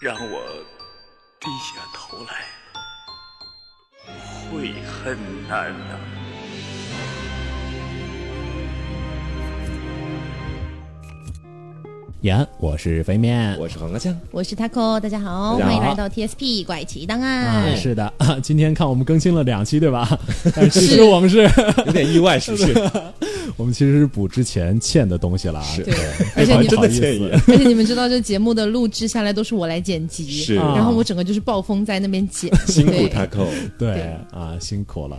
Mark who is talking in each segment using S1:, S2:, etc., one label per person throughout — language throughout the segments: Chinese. S1: 让我低下头来，悔恨难当。
S2: 延安，我是肥面。
S3: 我是黄瓜酱，
S4: 我是 Taco，大家好，
S3: 大家好
S4: 欢迎来到 TSP 怪奇档案。
S2: 啊，
S3: 嗯
S2: 是的， 啊今天看我们更新了两期，对 吧？但是其实我们是，
S3: 有点意外，是不是？
S2: 我们其实是补之前欠的东西了啊。
S3: 是
S4: 对，而且
S2: 哎
S4: 你
S2: 不
S3: 真
S2: 好
S4: 们
S3: 的
S2: 意思
S3: 歉意，
S4: 而且 你们知道，这节目的录制下来都是我来剪辑，
S3: 是
S4: 然后我整个就是暴风在那边剪，
S3: 辛苦
S4: 对
S3: Taco，
S2: 对
S4: 对
S2: 啊，辛苦了。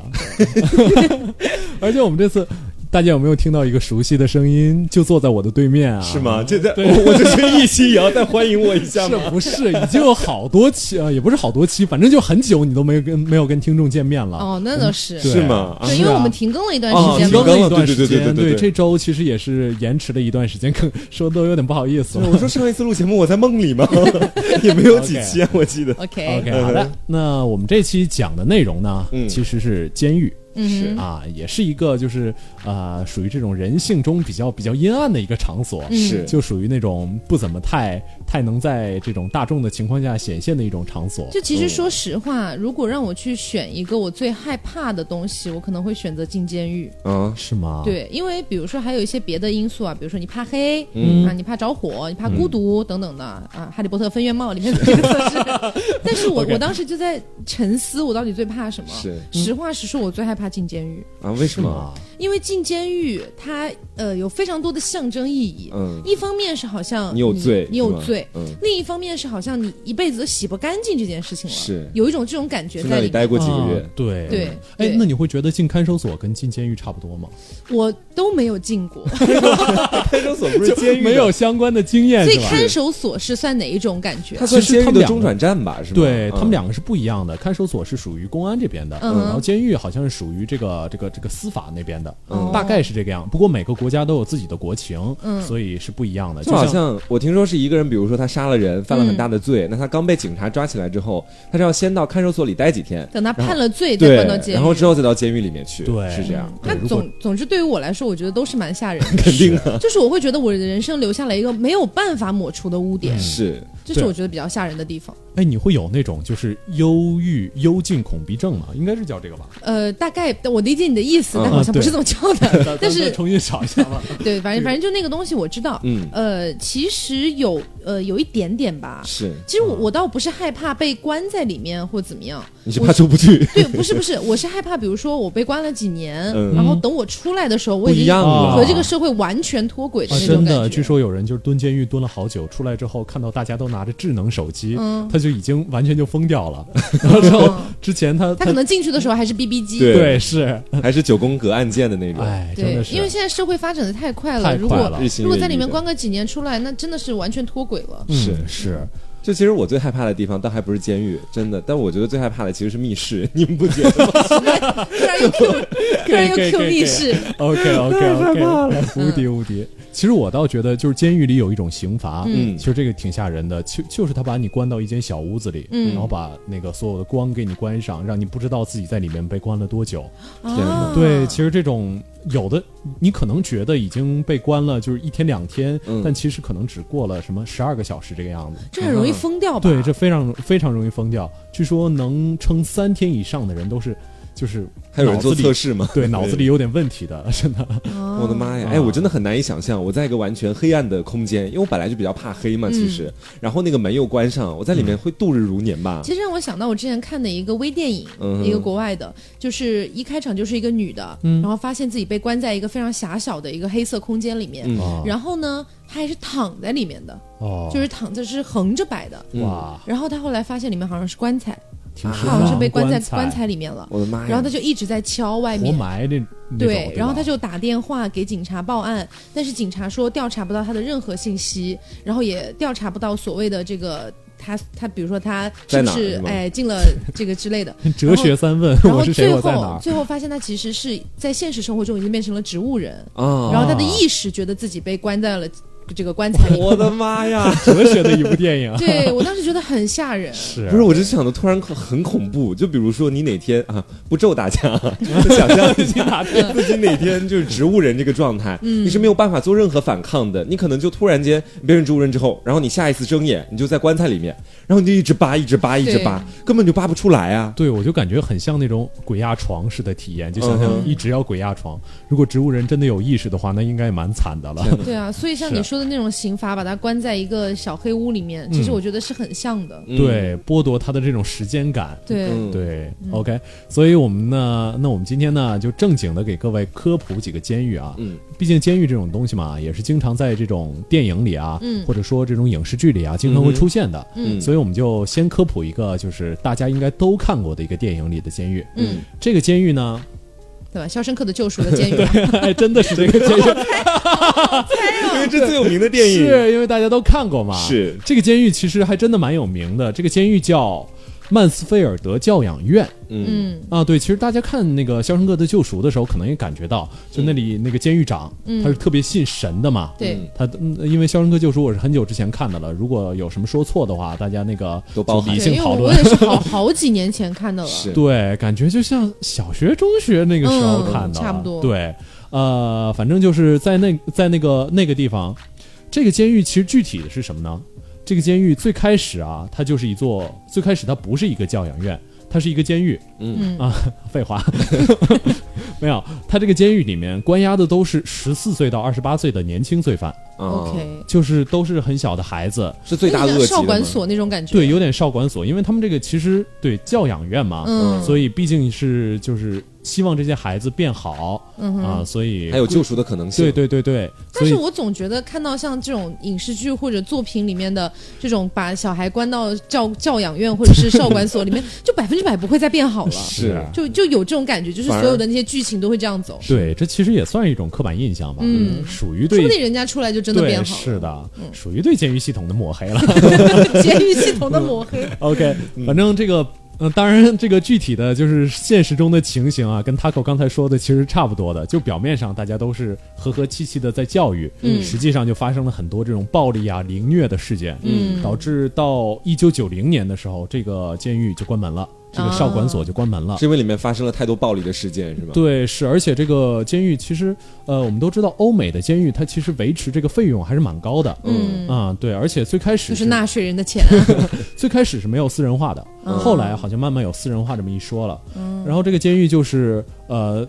S2: 而且我们这次，大家有没有听到一个熟悉的声音？就坐在我的对面啊？
S3: 是？吗？这在我 我就是一期也要再欢迎我一下
S2: 是
S3: 吗？
S2: 不是已经有好多期啊？呃也不是好多期，反正就很久你都没有跟没有跟听众见面了。
S4: 哦，那倒是，
S2: 对
S3: 是吗？啊
S4: 对，因为我们停更了一段
S3: 哦
S4: 时
S2: 停
S4: 间
S3: 停
S2: 更
S4: 嘛
S3: 更，
S2: 了
S3: 了
S2: 一段时间，
S3: 对对对对对对
S2: 这周其实也是延迟了一段时间，更说都有点不好意思
S3: 是
S2: 了。
S3: 我说上一次录节目我在梦里 吗？也没有几期啊，我记得
S4: OK，
S2: OK，好的，那我们这期讲的内容呢，
S3: 嗯
S2: 其实是监狱。
S4: 嗯
S3: 是
S2: 啊，也是一个就是呃，属于这种人性中比较比较阴暗的一个场所，
S4: 嗯
S3: 是
S2: 就属于那种不怎么太太能在这种大众的情况下显现的一种场所。
S4: 就其实
S3: 嗯
S4: 说实话，如果让我去选一个我最害怕的东西，我可能会选择进监狱。
S3: 啊，
S2: 是吗？，
S4: 对，因为比如说还有一些别的因素啊，比如说你怕黑、
S3: 嗯
S4: 啊，你怕着火，你怕孤独、等等的啊，《哈利波特》分院帽里面的角 色是。但是我
S2: OK
S4: 我当时就在沉思，我到底最怕什么？
S3: 是
S4: 实话实说，我最害怕进监狱，
S3: 啊，为
S2: 是
S3: 什么？
S2: 吗？
S4: 因为进监狱它呃有非常多的象征意义。
S3: 嗯，
S4: 一方面是好像
S3: 你有罪，
S4: 你有
S3: 是吗
S4: 罪。
S3: 嗯，
S4: 另一方面是好像你一辈子都洗不干净这件事情了，
S3: 是
S4: 有一种这种感觉
S3: 在那
S4: 在里
S3: 里
S4: 面。
S3: 待过几个
S2: 啊
S3: 月，
S2: 对
S4: 对
S2: 哎
S4: 对，
S2: 那你会觉得进看守所跟进监狱差不多吗？
S4: 我都没有 进过，
S3: 看守啊所不是
S2: 就
S3: 监狱的
S2: 没有，相关的经验
S4: 所以
S2: 是吧？
S4: 看守所是算哪一种感觉
S3: 它？算
S2: 其实
S3: 监
S2: 他
S3: 狱
S2: 们
S3: 的
S2: 两个
S3: 中转站吧？是吗？嗯
S2: 对他们
S3: 俩
S2: 两个是不一样的，看守所是属于公安这边的，
S4: 嗯
S2: 然后监狱好像是属于这个这个这个司法那边的，
S4: 嗯
S2: 大概是这个样。不过每个国家都有自己的国情，
S4: 嗯
S2: 所以是不一样的。
S3: 就好像我听说是一个人，比如说他杀了人，犯了很大的
S4: 嗯
S3: 罪，那他刚被警察抓起来之后，他是要先到看守所里待几天，
S4: 等他判了罪再
S3: 对
S4: 关到，监狱，
S3: 然后之后再到监狱里面去，
S2: 对
S3: 是这样。
S4: 那
S2: 对如果
S4: 总总之，对于我来说，我觉得都是蛮吓人的。
S3: 肯定啊，
S4: 就是我会觉得我的人生留下了一个没有办法抹除的
S2: 嗯
S4: 污点，
S3: 是
S4: 这是
S2: 对
S4: 我觉得比较吓人的地方。
S2: 哎，你会有那种就是忧郁、幽禁恐逼症吗？应该是叫这个吧？
S4: 呃，大概我理解你的意思，
S3: 嗯
S4: 但好像
S2: 对
S4: 不是这么叫的。但
S2: 咱再
S4: 是
S2: 重新找一下吧。
S4: 对，反
S2: 这个
S4: 正反正就那个东西我知道。
S3: 嗯
S4: 呃，其实有呃有一点点吧。
S3: 是，
S4: 其实我我倒不是害怕被关在里面或怎么样，
S3: 你是怕出不 去，
S4: 对，不是不是，我是害怕，比如说我被关了几年，
S3: 嗯
S4: 然后等我出来的时候，我
S3: 不一
S4: 已经
S3: 样
S2: 啊
S3: 了，
S4: 和这个社会完全脱轨的
S2: 啊，
S4: 那
S2: 真
S4: 种感觉。
S2: 的，据说有人就是蹲监狱蹲了好久，出来之后看到大家都拿着智能手机，
S4: 嗯哦
S2: 他就已经完全就疯掉 了。 然后之后之前他
S4: 他可能进去的时候还是 BB 机，
S3: 对
S2: 对是，
S3: 还是九宫格案件的那种，
S2: 哎，真
S4: 对
S2: 的，是，
S4: 因为现在社会发展的太快
S2: 太
S4: 了，如
S2: 快
S4: 果
S2: 了
S3: 日新
S4: 如果
S3: 月
S4: 在
S3: 异
S4: 里面
S3: 的
S4: 关个几年出来，那真的是完全脱轨了。
S2: 嗯
S3: 是
S2: 是，
S3: 就其实我最害怕的地方倒还不是监狱，真的，但我觉得最害怕的其实是密室， 你们不觉 得吗？
S4: 突然又 Q，突然又
S2: 可以
S4: Q
S2: 可以
S4: 密室，
S2: OK OK OK，无 敌无敌。其实我倒觉得，就是监狱里有一种刑罚，
S3: 嗯
S2: 其实这个挺吓人的，就就是他把你关到一间小屋子里，
S4: 嗯
S2: 然后把那个所有的光给你关上，让你不知道自己在里面被关了多久。
S3: 天
S4: 啊
S3: 哪，
S2: 对，其实这种有的你可能觉得已经被关了，就是一天两天，
S3: 嗯
S2: 但其实可能只过了什么十二个小时这个样子。
S4: 这很容易疯掉吧？
S2: 对，这非常非常容易疯掉。据说能撑三天以上的人都是，就是
S3: 还有人
S2: 脑子
S3: 做
S2: 里
S3: 测试吗？
S2: 对脑子里有点问题的，真的。
S4: 啊
S3: 我的妈呀！
S2: 啊
S3: 哎，我真的很难以想象，我在一个完全黑暗的空间，因为我本来就比较怕黑嘛，
S4: 嗯
S3: 其实，然后那个门又关上，我在里
S2: 嗯
S3: 面会度日如年吧？
S4: 其实让我想到我之前看的一个微电影，
S3: 嗯哼
S4: 一个国外的，就是一开场就是一个女的，然后发现自己被关在一个非常狭小的一个黑色空间里面，
S3: 嗯
S2: 啊
S4: 然后呢，她还是躺在里面的，
S2: 哦，
S4: 就是躺着是横着摆的。
S2: 哇，
S4: 然后她后来发现里面好像是棺材，
S2: 挺
S4: 她好像是被关在
S2: 棺
S4: 棺材里面了。
S3: 我的妈呀！
S4: 然后她就一直在敲外
S2: 活
S4: 面，
S2: 埋那那种
S4: 对，然后
S2: 吧
S4: 他就打电话给警察报案，但是警察说调查不到他的任何信息，然后也调查不到所谓的这个他他，比如说他是
S3: 在
S4: 不
S3: 哪儿
S4: 是
S3: 是吗
S4: 哎进了这个之类的。
S2: 哲学三问，
S4: 然后
S2: 我是谁，
S4: 最
S2: 我在哪
S4: 后
S2: 儿？
S4: 最后发现他其实是在现实生活中已经变成了植物人，
S3: 啊，
S4: 然后他的意识觉得自己被关在了这个 棺材里。。
S3: 我的妈呀！
S2: 哲学的一部电影
S4: 对我当时觉得很吓人，
S2: 是
S3: 不是，我就想的突然很恐怖。就比如说，你哪天啊，不咒大家， 啊，就想象一下
S2: 啊
S3: 自己哪天就是植物人这个状态，你是没有办法做任何反抗的。你可能就突然间变成植物人之后，然后你下一次睁眼，你就在棺材里面，然后你就一直扒，一直扒，一直扒，根本就扒不出来啊。
S2: 对，我就感觉很像那种鬼压床式的体验，就想
S3: 嗯
S2: 象一直要鬼压床。如果植物人真的有意识的话，那应该也蛮惨的了。
S4: 对啊，所以像你说的那种刑罚，把他关在一个小黑屋里面，其实我觉得是很像的。
S3: 嗯，
S2: 对，剥夺他的这种时间感。
S4: 对，
S3: 嗯
S2: 对、o k 所以我们呢，那我们今天呢，就正经的给各位科普几个监狱啊，
S3: 嗯，
S2: 毕竟监狱这种东西嘛，也是经常在这种电影里啊，
S4: 嗯
S2: 或者说这种影视剧里啊，经常会出现的，
S3: 嗯
S2: 所以我们就先科普一个，就是大家应该都看过的一个电影里的监狱，
S4: 嗯，
S2: 这个监狱呢，
S4: 对吧？《肖申克的救赎》的监狱，
S2: 哎，真的是这个监狱，
S3: 因为这最有名的电影
S2: 是因为大家都看过嘛，
S3: 是
S2: 这个监狱其实还真的蛮有名的，这个监狱叫曼斯菲尔德教养院。
S3: 嗯
S4: 嗯
S2: 啊，对，其实大家看那个《肖申克的救赎》的时候，可能也感觉到，就那里那个监狱长，
S4: 嗯
S2: 他是特别信神的嘛。
S4: 对
S3: 嗯
S2: 他嗯因为《肖申克救赎》我是很久之前看的了，如果有什么说错的话，大家那个
S3: 都包含
S2: 理
S4: 对，
S2: 性
S4: 因为
S2: 讨
S4: 哎我
S2: 论
S4: 我。也是好好几年前看的了。
S3: 是
S2: 对，感觉就像小学、中学那个时候看的、
S4: 嗯差不多
S2: 对，呃，反正就是在那在那个那个地方，这个监狱其实具体的是什么呢？这个监狱最开始啊，它就是一座，最开始它不是一个教养院，它是一个监狱。
S4: 嗯
S2: 啊废话， 没有，他这个监狱里面关押的都是十四岁到二十八岁的年轻罪犯，
S3: 啊，
S4: 嗯，OK，
S2: 就是都是很小的孩子，
S3: 是最大
S4: 有
S3: 恶
S4: 点
S3: 极
S4: 少
S3: 的
S4: 管
S3: 吗
S4: 所那种感觉。
S2: 对，有点少管所，因为他们这个其实对教养院嘛，
S4: 嗯，
S2: 所以毕竟是就是希望这些孩子变好、
S4: 嗯哼。
S2: 啊，所以
S3: 还有救赎的可能性。
S2: 对对对对，
S4: 但
S2: 所
S4: 是
S2: 以
S4: 我总觉得看到像这种影视剧或者作品里面的这种把小孩关到教教养院或者是少管所里面，就百分之百不会再变好了，
S3: 是
S4: 就就有这种感觉，就是
S3: 反而
S4: 所有的那些剧情都会这样走，
S2: 对，这其实也算是一种刻板印象吧，
S4: 嗯
S2: 属于
S4: 说不
S2: 对。
S4: 定人家出来就真的变
S2: 对，
S4: 好了。嗯
S2: 是的，属于对监狱系统的抹黑了。
S4: 监狱系统的抹黑。
S2: OK，反正这个，嗯、当然这个具体的就是现实中的情形啊，跟 Taco 刚才说的其实差不多的，就表面上大家都是和和气气的在教育，
S4: 嗯
S2: 实际上就发生了很多这种暴力啊、凌虐的事件，嗯，导致到一九九零年的时候，这个监狱就关门了，这
S4: 啊
S2: 个少管所就关门了。
S3: 是因为里面发生了太多暴力的事件，是吧？
S2: 对，是，而且这个监狱其实，呃，我们都知道，欧美的监狱它其实维持这个费用还是蛮高的，
S3: 嗯，
S2: 啊、对，而且最开始
S4: 就是
S2: 是啊
S4: 纳税人的钱，啊
S2: 最开始是没有私人化的，
S4: 嗯
S2: 后来好像慢慢有私人化这么一说了。然后这个监狱就是呃，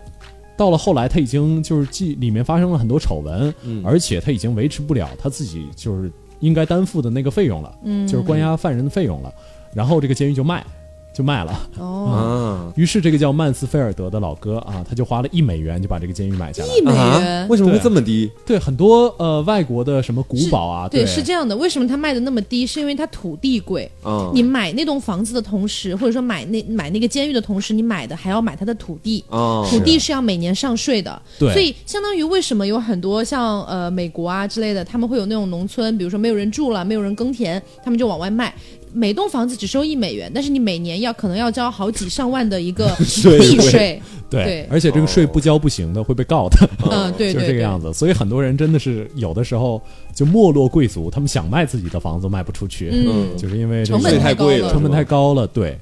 S2: 到了后来他已经就是既里面发生了很多丑闻，而且他已经维持不了他自己就是应该担负的那个费用了，
S4: 嗯
S2: 就是关押犯人的费用了。然后这个监狱就卖，就卖了。
S4: 哦，
S3: 啊，
S2: 于是这个叫曼斯菲尔德的老哥啊，他就花了一美元就把这个监狱买下来了。
S4: 一美
S3: 啊
S4: 元，
S3: 为什么会
S2: 对
S3: 这么低？
S2: 对，很多呃外国的什么古堡啊，
S4: 对，
S2: 对，
S4: 是这样的。为什么它卖的那么低？是因为它土地贵。
S2: 嗯
S3: 啊，
S4: 你买那栋房子的同时，或者说买那买那个监狱的同时，你买的还要买它的土地。
S3: 啊，
S4: 土地是要每年上税的，
S2: 哦对
S4: 所以相当于为什么有很多像呃美国啊之类的，他们会有那种农村，比如说没有人住了，没有人耕田，他们就往外卖。每栋房子只收一美元，但是你每年要可能要交好几上万的一个
S2: 税
S4: 地
S2: 对
S4: 税，
S2: 对，
S4: 对
S2: 而且这个税不交不行的，会被告 的。
S4: 嗯，对
S2: 就是
S4: 对
S2: 这个
S4: 对，
S2: 样子。所以很多人真的是有的时候就没落贵族，他们想卖自己的房子卖不出去，
S4: 嗯
S2: 就是因为这
S4: 成
S2: 个
S4: 本
S3: 税太
S4: 高
S3: 贵了
S4: 了，
S2: 成本 太高了，对。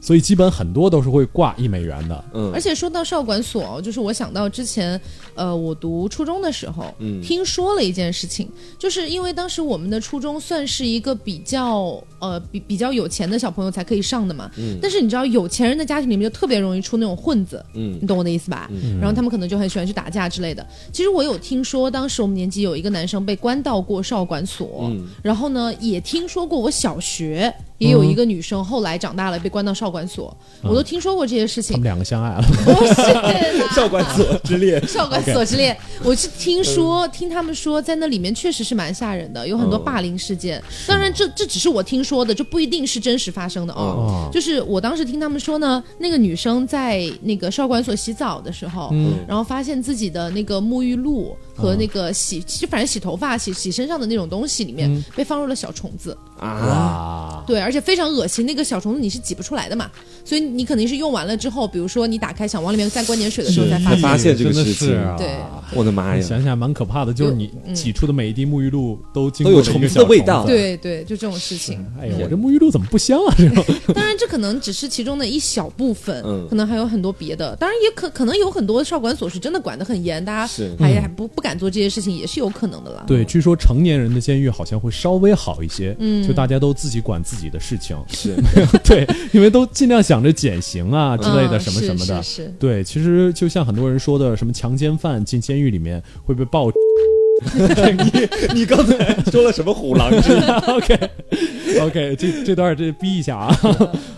S2: 所以基本很多都是会挂一美元的，
S3: 嗯，
S4: 而且说到少管所，就是我想到之前，呃，我读初中的时候，
S3: 嗯
S4: 听说了一件事情，就是因为当时我们的初中算是一个比较呃比比较有钱的小朋友才可以上的嘛，但是你知道有钱人的家庭里面就特别容易出那种混子，
S3: 嗯
S4: 你懂我的意思吧？然后他们可能就很喜欢去打架之类的。其实我有听说，当时我们年级有一个男生被关到过少管所，
S3: 嗯
S4: 然后呢，也听说过我小学也有一个女生后来长大了被关到少管所，
S3: 嗯
S4: 我都听说过这些事
S2: 他
S4: 情
S2: 们。两个相爱了。
S4: 不是啦
S3: 少管所之恋
S4: 少管所之恋，我是听说，听他们说，在那里面确实是蛮吓人的，有很多霸凌事件。当然这，这只是我听说的，这不一定是真实发生的哦。就是我当时听他们说呢，那个女生在那个少管所洗澡的时候，然后发现自己的那个沐浴露和那个嗯洗，就反正洗头发、洗洗身上的那种东西里面被放入了小虫子。
S3: 啊，
S2: 哇，
S4: 对，而且非常恶心，那个小虫子你是挤不出来的嘛，所以你肯定是用完了之后，比如说你打开想往里面再灌点水的时候才发
S3: 才
S4: 现。
S3: 发现这个
S2: 真的
S3: 事
S2: 是
S3: 情，
S2: 啊
S4: 对
S3: 我的妈呀！
S2: 想想蛮可怕的，就是
S4: 就
S2: 你
S4: 嗯
S2: 挤出的每一滴沐浴露都经
S3: 都
S2: 过
S3: 有
S2: 了一
S3: 虫
S2: 个
S3: 子
S2: 小
S3: 的味
S2: 虫
S3: 道
S2: 子
S4: 对对，就这种事情。
S2: 哎呀，我这沐浴露怎么不香啊？ 这种
S4: 当然，这可能只是其中的一小部分，
S3: 嗯
S4: 可能还有很多别的。当然，也可可能有很多少管所是真的管得很严，大家
S3: 是嗯
S4: 还还不不敢做这些事情，也是有可能的啦。
S2: 对，据说成年人的监狱好像会稍微好一些，嗯，就大家都自己管自己的事情，
S3: 是，
S2: 对，因为都尽量想着减刑啊之类的
S4: 嗯
S2: 什么什么的。
S4: 是是是
S2: 对，其实就像很多人说的，什么强奸犯进监狱里面会被爆
S3: 你刚才说了什么虎狼 之
S2: ，OK OK，这这段这逼一下啊，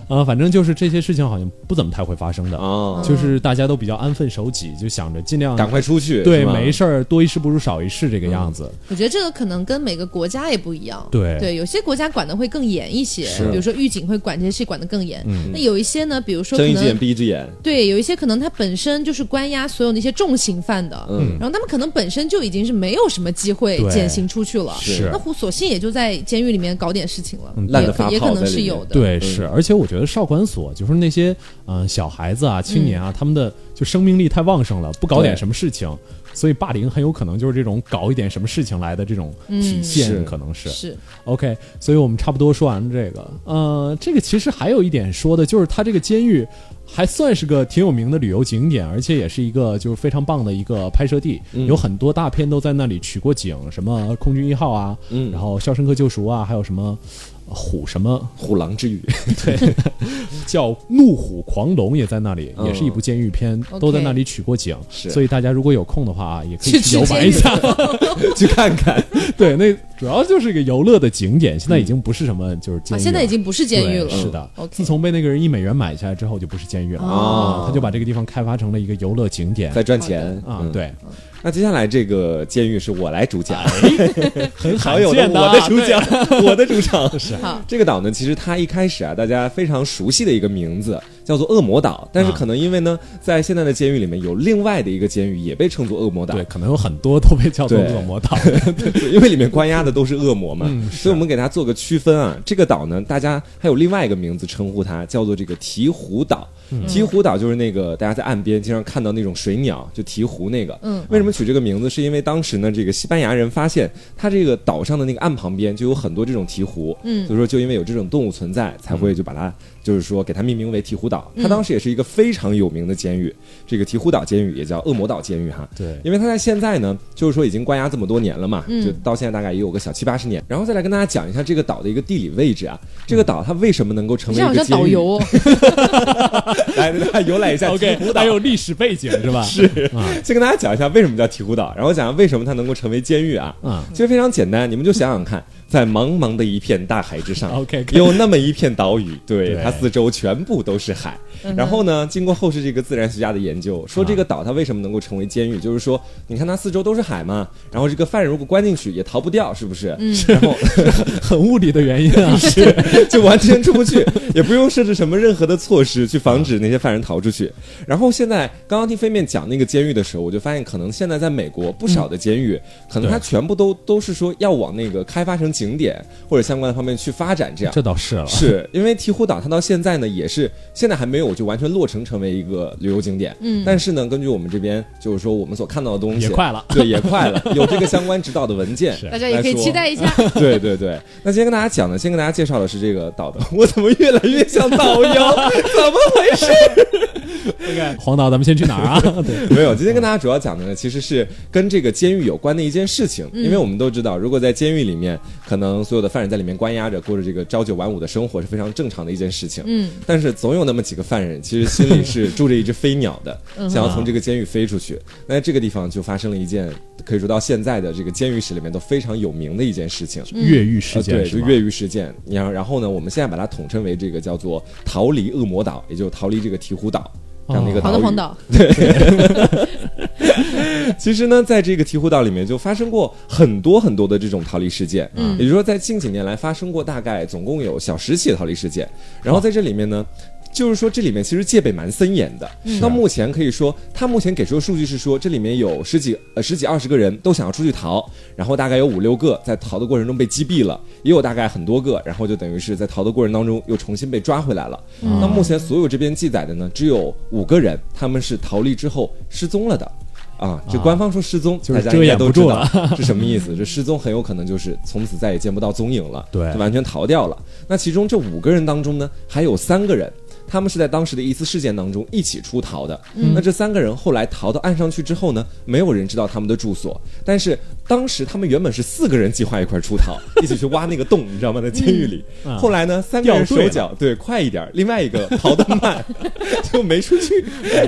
S2: 啊，反正就是这些事情好像不怎么太会发生的，
S3: 啊？
S2: 就是大家都比较安分守己，就想着尽量
S3: 赶快出去，
S2: 对
S3: 是吗
S2: 没事儿多一事不如少一事这个样子。
S4: 我觉得这个可能跟每个国家也不一样。
S2: 对
S4: 对，有些国家管的会更严一些，比如说狱警会管这些事管得更严。那有一些呢，比如说可
S3: 嗯睁一只眼
S4: 能
S3: 闭一只眼，
S4: 对，有一些可能他本身就是关押所有那些重刑犯的，
S3: 嗯
S4: 然后他们可能本身就已经是没有什么机会
S2: 对
S4: 减刑出去了，
S2: 是
S4: 那胡索性也就在监狱里面搞点事情了，
S3: 烂得
S4: 也
S3: 发
S4: 可也
S3: 泡
S4: 可能
S3: 在里
S4: 是
S3: 面
S4: 有的。
S3: 嗯
S2: 对，是，而且我觉得少管所就是那些嗯、呃小孩子啊、青年啊，他们的就生命力太旺盛了，不搞点
S3: 嗯对
S2: 什么事情，所以霸凌很有可能就是这种搞一点什么事情来的这种体现，
S3: 嗯是
S2: 可能是。
S4: 是
S2: OK，所以我们差不多说完了这个。呃，这个其实还有一点说的，就是它这个监狱还算是个挺有名的旅游景点，而且也是一个就是非常棒的一个拍摄地，
S3: 嗯
S2: 有很多大片都在那里取过景，什么《空军一号》啊，
S3: 嗯
S2: 然后《肖申克救赎》啊，还有什么呃虎什么
S3: 虎狼之语，
S2: 叫《怒虎狂龙》也在那里，也是一部监狱片，
S4: OK
S2: 都在那里取过景，
S3: 嗯是
S2: 所以大家如果有空的话啊，也可以
S4: 去
S2: 去
S4: 去
S2: 游玩一下。
S3: 去看看，
S2: 对，那主要就是个游乐的景点，现在已经不是什么就是监狱了、
S4: 啊，现在已经不是监狱了，
S2: 对是的，
S4: 嗯，OK
S2: 自从被那个人一美元买下来之后，就不是监狱了
S3: 哦
S2: 啊，他就把这个地方开发成了一个游乐景点
S3: 在赚钱
S2: 啊
S3: 嗯。
S2: 对，
S3: 那接下来这个监狱是我来 主讲，
S2: 很
S3: 好
S2: 罕
S3: 友的
S2: 见
S3: 我
S2: 啊
S3: 的主讲， 我的主 场是
S4: 好
S3: 这个岛呢，其实它一开始啊，大家非常熟悉的一个名字叫做恶魔岛，但是
S2: 啊
S3: 可能因为呢，在现在的监狱里面有另外的一个监狱也被称作恶魔岛
S2: 对，，可能有很多都被叫做
S3: 对
S2: 恶魔 岛，
S3: 对因为里面关押的都是恶魔嘛，
S2: 嗯
S3: 所以我们给它做个区分啊。这个岛呢，大家还有另外一个名字称呼它，叫做这个鹈鹕岛。鹈鹕岛就是那个大家在岸边经常看到那种水鸟，就鹈鹕那个。
S4: 嗯
S3: 为什么取这个名字？是因为当时呢，这个西班牙人发现它这个岛上的那个岸旁边就有很多这种鹈鹕，
S4: 嗯
S3: 所以说就因为有这种动物存在，才会就把它就是说给它命名为鹈鹕岛。
S4: 嗯
S3: 它当时也是一个非常有名的监狱，这个鹈鹕岛监狱也叫恶魔岛监狱哈。
S2: 对，
S3: 因为他在现在呢，就是说已经关押这么多年了嘛，
S4: 嗯
S3: 就到现在大概也有个小七八十年。然后再来跟大家讲一下这个岛的一个地理位置啊，这个岛它为什么能够成
S4: 你
S3: 为一
S4: 这好
S3: 个
S4: 嗯像
S3: 监
S4: 导
S3: 狱？ 哎
S4: 游哦，
S3: 来， 大家游览一下
S2: OK，
S3: 鹈鹕岛
S2: 还。有历史背景是吧？是
S3: 先跟大家讲一下为什么叫鹈鹕岛，然后讲一下为什么它能够成为监狱啊。
S2: 啊
S3: 其实非常简单，你们就想想看，在茫茫的一片大海之上
S2: OK，可以
S3: 嗯有那么一片岛屿，对
S2: 对
S3: 它四周全部都是海。然后呢，经过后世这个自然学家的研究，说这个岛它为什么能够成为监狱，就是说，你看它四周都是海嘛，然后这个犯人如果关进去也逃不掉，是不是？嗯， 然后
S2: 很物理的原因啊，
S3: 是就完全出不去，也不用设置什么任何的措施去防止那些犯人逃出去。然后现在刚刚听飞面讲那个监狱的时候，我就发现可能现在在美国不少的监狱，可能它
S2: 对
S3: 全部都都是说要往那个开发成景点或者相关的方面去发展，这样
S2: 这倒是了。
S3: 是因为鹈鹕岛它到现在呢，也是现在还没有就完全落成成为一个旅游景点。嗯，但是呢，根据我们这边就是说我们所看到的东西，
S2: 也快了
S3: 对，也快了，有这个相关指导的文件
S2: 是，
S4: 大家 也可以期待。一下。
S3: 对对对，那今天跟大家讲的，先跟大家介绍的是 这个导游，我怎么越来越像导游？ 怎么回事？
S2: 黄导，咱们先去哪儿 啊？对，
S3: 没有，今天跟大家主要讲的呢，其实是跟这个监狱有关的一件事情。
S4: 嗯
S3: 因为我们都知道，如果在监狱里面，可能所有的犯人在里面关押着，过着这个朝九晚五的生活是非常正常的一件事情。
S4: 嗯，
S3: 但是总有那么几个犯人，其实心里是住着一只飞鸟 的，
S4: 嗯
S3: 想要从这个监狱飞出去。那这个地方就发生了一件，可以说到现在的这个监狱史里面都非常有名的一件事情。
S2: 越狱事
S3: 呃、
S2: 件
S3: 对，
S2: 是
S3: 就
S2: 吗？
S3: 越狱事件。然后然后呢，我们现在把它统称为这个叫做“逃离恶魔岛”，也就是逃离这个鹈鹕岛这样的一个
S4: 好
S3: 岛
S4: 的，
S3: 屿。
S4: 哦黄导，
S3: 其实呢，在这个鹈鹕岛里面就发生过很多很多的这种逃离事件，嗯，也就是说，在近几年来发生过大概总共有小十起逃离事件。然后在这里面呢。就是说这里面其实戒备蛮森严的。到目前可以说，他目前给出的数据是说，这里面有十几呃十几二十个人都想要出去逃，然后大概有五六个在逃的过程中被击毙了，也有大概很多个，然后就等于是在逃的过程当中又重新被抓回来了。那目前所有这边记载的呢，只有五个人他们是逃离之后失踪了的。啊，就官方说失踪，
S2: 就是
S3: 大家
S2: 遮
S3: 应该
S2: 掩
S3: 都
S2: 不
S3: 知
S2: 住
S3: 道 是什么意思。这失踪很有可能就是从此再也见不到踪影了，
S2: 对
S3: 就完全逃掉了。那其中这五个人当中呢，还有三个人。他们是在当时的一次事件当中一起出逃的。
S2: 嗯
S3: 那这三个人后来逃到岸上去之后呢，没有人知道他们的住所。但是当时他们原本是四个人计划一块儿 出逃，一起去挖那个洞，你知道吗？在监狱里。
S2: 嗯啊
S3: 后来呢，三个人
S2: 掉
S3: 手
S2: 队了
S3: 脚对快一点儿，另外一个逃得 慢，就没出去。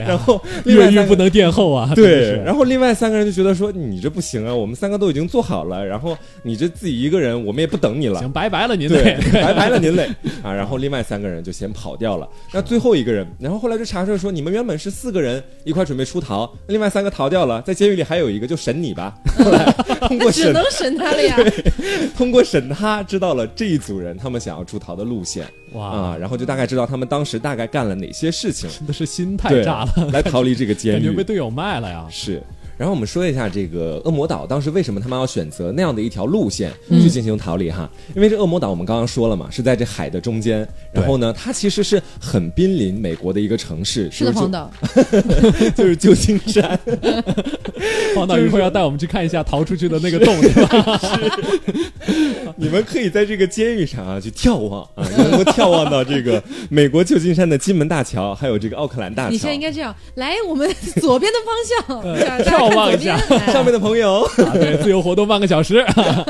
S3: 然后另外
S2: 哎越
S3: 三
S2: 狱
S3: 个
S2: 不能垫后啊！真的
S3: 对，
S2: 是
S3: 然后另外三个人就觉得说你这不行啊，我们三个都已经做好了，然后你这自己一个人，我们也不等你了
S2: 行，。拜拜了您
S3: 对
S2: 得，
S3: 拜拜了 您嘞啊！然后另外三个人就先跑掉了，那最后一个人，然后后来就查出来说，你们原本是四个人一块准备出逃，另外三个逃掉了，在监狱里还有一个就审 你吧。后来通过
S4: 那只
S3: 审
S4: 能审他了呀。
S3: 通过审他知道了这一组人他们想要出逃的路线
S2: 哇
S3: 啊，然后就大概知道他们当时大概干了哪些事情，
S2: 真的是心太
S3: 对
S2: 炸了，
S3: 来逃离这个监
S2: 感
S3: 狱
S2: 觉。被队友卖了呀！
S3: 是。然后我们说一下这个恶魔岛当时为什么他们要选择那样的一条路线
S4: 嗯
S3: 去进行逃离哈？因为这恶魔岛我们刚刚说了嘛，是在这海的中间，然后呢，它其实是很濒临美国的一个城市，
S4: 是的，
S3: 就是
S4: 黄
S3: 旧
S4: 导，
S3: 就是旧金山。
S2: 黄导一会儿要带我们去看一下逃出去的那个洞，是吧？
S3: 你们可以在这个监狱上啊去眺望啊，就能够眺望到这个美国旧金山的金门大桥，还有这个奥克兰大桥。
S4: 你现在应该这样，来我们 左边的方
S3: 嗯
S4: 向，大家看
S2: 眺望一下
S4: 左边哎
S3: 上面的朋友。
S2: 啊对，自由活动半个小时，啊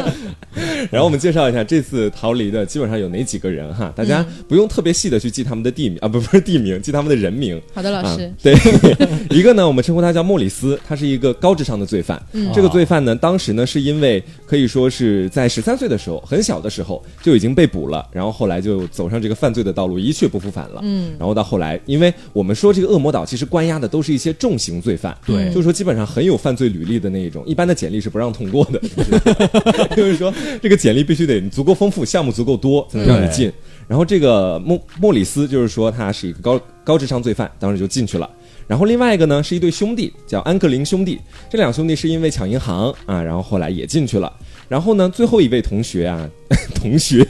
S3: 然后我们介绍一下这次逃离的基本上有哪几个人哈，大家
S4: 嗯
S3: 不用特别细的去记他们的地名啊，不不是地名，记他们的人名。
S4: 好的，老
S3: 啊
S4: 师，，
S3: 对， 一个呢，我们称呼他叫莫里斯，他是一个高智商的罪犯。这个罪犯呢，当时呢是因为可以说是在十三岁的时候，很小的时候就已经被捕了，然后后来就走上这个犯罪的道路，一去不复返了。嗯，然后到后来，因为我们说这个恶魔岛其实关押的都是一些重刑罪犯，
S2: 对
S3: 就是说基本上很有犯罪履历的那一种，一般的简历是不让通过的，你知道吗 就是说这个简历必须得足够丰富，项目足够多才能让你
S2: 对
S3: 进。然后这个莫莫里斯就是说他是一个高高智商罪犯，当时就进去了。然后另外一个呢是一对兄弟，叫安格林兄弟。这两兄弟是因为抢银行啊，然后后来也进去了。然后呢，最后一位同学啊， 同学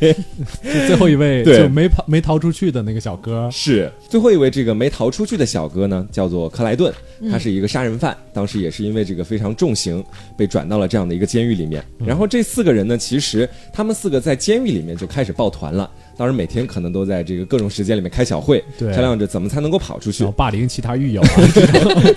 S2: 就最后一位
S3: 对
S2: 就没跑没逃出去的那个小哥，
S3: 是最后一位这个没逃出去的小哥呢，叫做克莱顿，他是一个杀人犯，当时也是因为这个非常重刑，被转到了这样的一个监狱里面。然后这四个人呢，其实他们四个在监狱里面就开始抱团了，当时每天可能都在这个各种时间里面开小会，
S2: 对
S3: 商量着怎么才能够跑出去
S2: 然后。霸凌其他狱友 啊，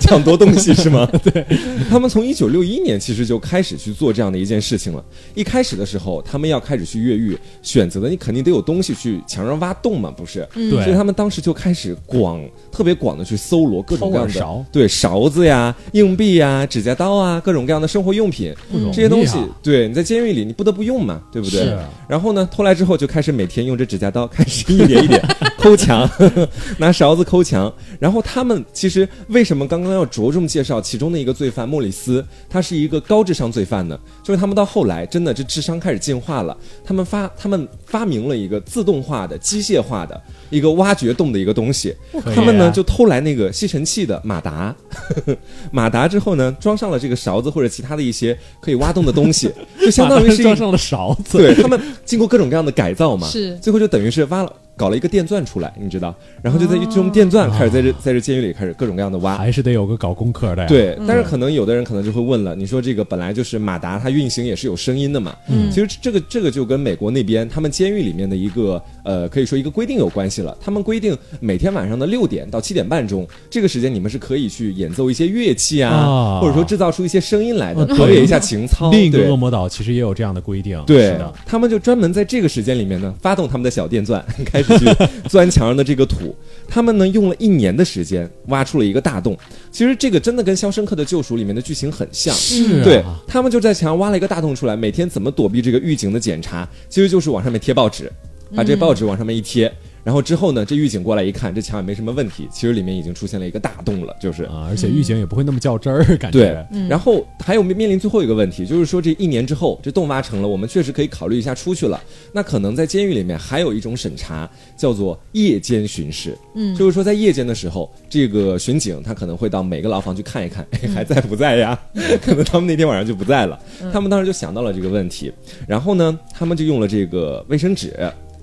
S3: 抢夺东西 是吗？对，他们从一九六一年其实就开始去做这样的一件事情了。一开始的时候，他们要开始去越狱，选择的你肯定得有东西去墙上挖洞嘛，不是？
S4: 嗯
S2: 对
S3: 所以他们当时就开始广特别广的去搜罗各种各样的
S2: 掏耳勺
S3: 对勺子呀、硬币呀、指甲刀啊，各种各样的生活用品，
S2: 不容易啊
S3: 这些东西，对你在监狱里你不得不用嘛，对不对
S2: 是？
S3: 然后呢，偷来之后就开始每天用这指甲刀开始一点一点抠墙， 拿勺子抠墙。然后他们其实为什么刚刚要着重介绍其中的一个罪犯莫里斯，他是一个高智商罪犯呢？就是他们到后来真的这智商开始进化了，他们发他们发明了一个自动化的、机械化的一个挖掘洞的一个东西。
S2: 可以
S3: 他们呢
S2: 啊
S3: 就偷来那个吸尘器的马达， 马达之后呢装上了这个勺子或者其他的一些可以挖洞的 东西，就相当于是一
S2: 装上了勺子，
S3: 对他们经过各种各样的改造嘛，
S4: 是
S3: 最后就等于是挖了搞了一个电钻出来，你知道，然后就
S2: 哦
S3: 在用电钻开始在这在这监狱里开始各种各样的挖。
S2: 还是得有个搞功课的呀。，
S3: 对，但是可能有的人可能就会问了，你说这个本来就是马达，它运行也是有声音的嘛。
S4: 嗯
S3: 其实这个这个就跟美国那边他们监狱里面的一个呃，可以说一个规定有关系了。他们规定每天晚上的六点到七点半钟这个时间，你们是可以去演奏一些乐器啊，
S2: 啊
S3: 或者说制造出一些声音来的，
S2: 啊对
S3: 陶冶一下情操。
S2: 另一个
S3: 对
S2: 恶魔岛其实也有这样的规定，是
S3: 对
S2: 的，，
S3: 他们就专门在这个时间里面呢，发动他们的小电钻， 开始去钻墙上的这个土。他们呢，用了一年的时间挖出了一个大洞。其实这个真的跟《肖申克的救赎》里面的剧情很像。
S2: 是啊
S3: 对他们就在墙上挖了一个大洞出来，每天怎么躲避这个狱警的检查，其实就是往上面贴报纸，把这报纸往上面一贴。然后之后呢，这狱警过来一看，这墙也没什么问题，其实里面已经出现了一个大洞了，就是
S2: 啊，而且狱警也不会那么较真儿，感
S3: 对
S2: 觉，
S3: 然后还有面临最后一个问题，就是说这一年之后，这洞挖成了，我们确实可以考虑一下出去了。那可能在监狱里面还有一种审查，叫做夜间巡视。嗯，就是说在夜间的时候，这个巡警他可能会到每个牢房去看一看， 哎、还在不在呀？可能他们那天晚上就不在了。他们当时就想到了这个问题，然后呢，他们就用了这个卫生纸，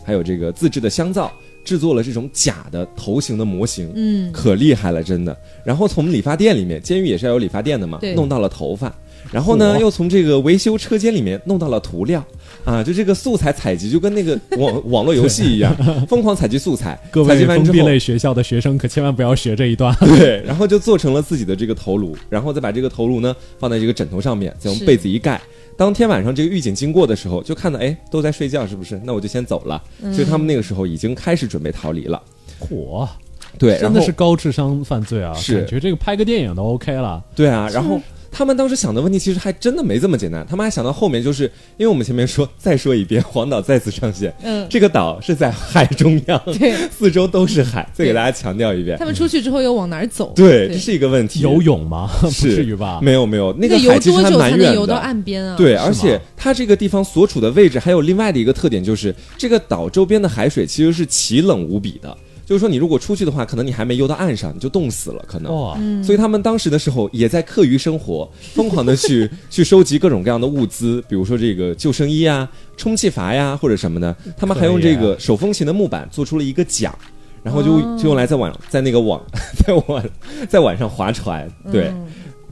S3: 还有这个自制的香皂。制作了这种假的头型的模型，嗯，可厉害了，真的。然后从理发店里面，监狱也是要有理发店的嘛
S4: 对，
S3: 弄到了头发，然后呢，
S2: 嚯
S3: 又从这个维修车间里面弄到了涂料，啊，就这个素材采集就跟那个网 网络游戏一样，疯狂采集素材，
S2: 各
S3: 采集
S2: 位
S3: 完
S2: 封
S3: 之
S2: 闭
S3: 后，
S2: 类学校的学生可千万不要学这一段。
S3: 对，然后就做成了自己的这个头颅，然后再把这个头颅呢放在这个枕头上面，再用
S4: 是
S3: 被子一盖。当天晚上这个狱警经过的时候，就看到哎都在睡觉，是不是？那我就先走了。所以他们那个时候已经开始准备逃离了。
S2: 嚯，
S3: 对，然
S2: 真
S3: 后
S2: 的是高智商犯罪啊！
S3: 是
S2: 感觉这个拍个电影都 OK 了。
S3: 对啊，然后他们当时想的问题其实还真的没这么简单，他们还想到后面就是，因为我们前面说，再说一遍，黄岛再次上线，
S4: 嗯
S3: 这个岛是在海中央，
S4: 对，
S3: 四周都是海，再给
S4: 对
S3: 大家强调一遍
S4: 他，们出去之后又往哪儿走？
S3: 对，这是一个问题，
S2: 游泳吗？ 不
S3: 是
S2: 至于吧？
S3: 没有没有，那
S4: 那
S3: 个
S4: 游
S3: 海其实
S4: 多
S3: 还
S4: 久才
S3: 蛮
S4: 能
S3: 远
S4: 游到
S3: 的。
S4: 岸边啊？，
S3: 对，而且它这个地方所处的位置还有另外的一个特点，就是这个岛周边的海水其实是奇冷无比的，就是说你如果出去的话，可能你还没游到岸上，你就冻死了，可能。
S2: 哇，
S4: 嗯
S3: 所以他们当时的时候也在课余生活，疯狂的去去收集各种各样的物资，比如说这个救生衣啊、充气阀呀、或者什么的。他们还用这个手风琴的木板做出了一个桨，然后就
S4: 哦
S3: 就用来在晚在那个网 在晚在晚上划船。对，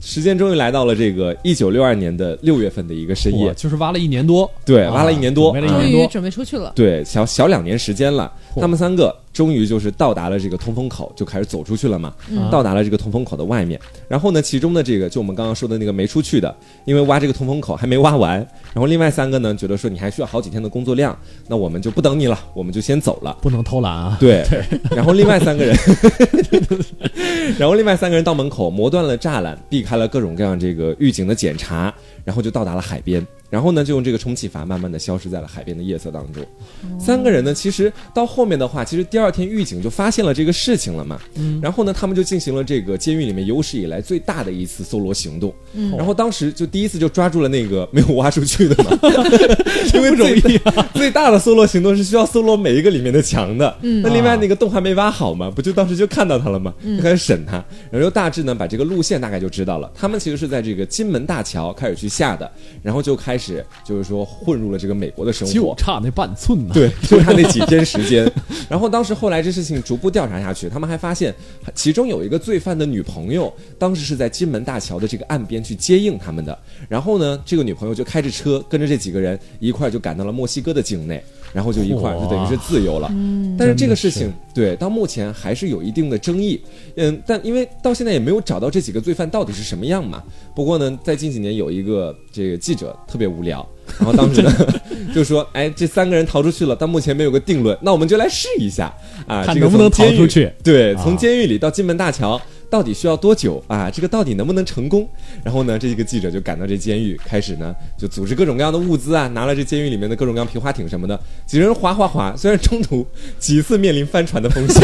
S3: 时间终于来到了这个一九六二年的六月份的一个深
S2: 我
S3: 夜，
S2: 就是挖了一年多，
S3: 对，
S2: 啊
S3: 挖了一年多，
S2: 准备了一
S4: 终
S2: 年
S4: 于
S2: 多
S4: 准备出去了。
S3: 对，小小两年时间了，
S2: 嚯
S3: 他们三个终于就是到达了这个通风口，就开始走出去了嘛。
S2: 嗯
S3: 到达了这个通风口的外面，然后呢，其中的这个就我们刚刚说的那个没出去的，因为挖这个通风口还没挖完，然后另外三个呢觉得说你还需要好几天的工作量，那我们就不等你了，我们就先走了。
S2: 不能偷懒啊！
S3: 对，然后另外三个人， 然后另外三个人到门口磨断了栅栏，避开了各种各样这个狱警的检查，然后就到达了海边。然后呢，就用这个充气阀慢慢的消失在了海边的夜色当中。三个人呢，其实到后面的话，其实第二天狱警就发现了这个事情了嘛。然后呢，他们就进行了这个监狱里面有史以来最大的一次搜罗行动。然后当时就第一次就抓住了那个没有挖出去的嘛， 因为容易、 最大的搜罗行动是需要搜罗每一个里面的墙的。那另外那个洞还没挖好嘛，不就当时就看到他了吗？就开始审他，然后就大致呢把这个路线大概就知道了。他们其实是在这个金门大桥开始去下的，然后就开始就是说混入了这个美国的生活，
S2: 就差那半寸呢。
S3: 对， 就他那几天时间。然后当时后来这事情逐步调查下去，他们还发现其中有一个罪犯的女朋友，当时是在金门大桥的这个岸边去接应他们的。然后呢，这个女朋友就开着车跟着这几个人一块儿就赶到了墨西哥的境内。然后就一块儿就等于是自由了，但是这个事情对到目前还是有一定的争议，嗯，但因为到现在也没有找到这几个罪犯到底是什么样嘛。不过呢，在近几年有一个这个记者特别无聊，然后 当时呢就说，哎，这三个人逃出去了，但目前没有个定论，那我们就来试一下啊，
S2: 看
S3: 这个
S2: 能不能
S3: 从监
S2: 逃出
S3: 狱
S2: 去
S3: 对，
S2: 啊
S3: 从监狱里到金门大桥。到底需要多久啊？这个到底能不能成功？然后呢，这个记者就赶到这监狱，开始呢就组织各种各样的物资啊，拿了这监狱里面的各种各样皮划艇什么的，几人划划划。虽然中途几次面临翻船的风险，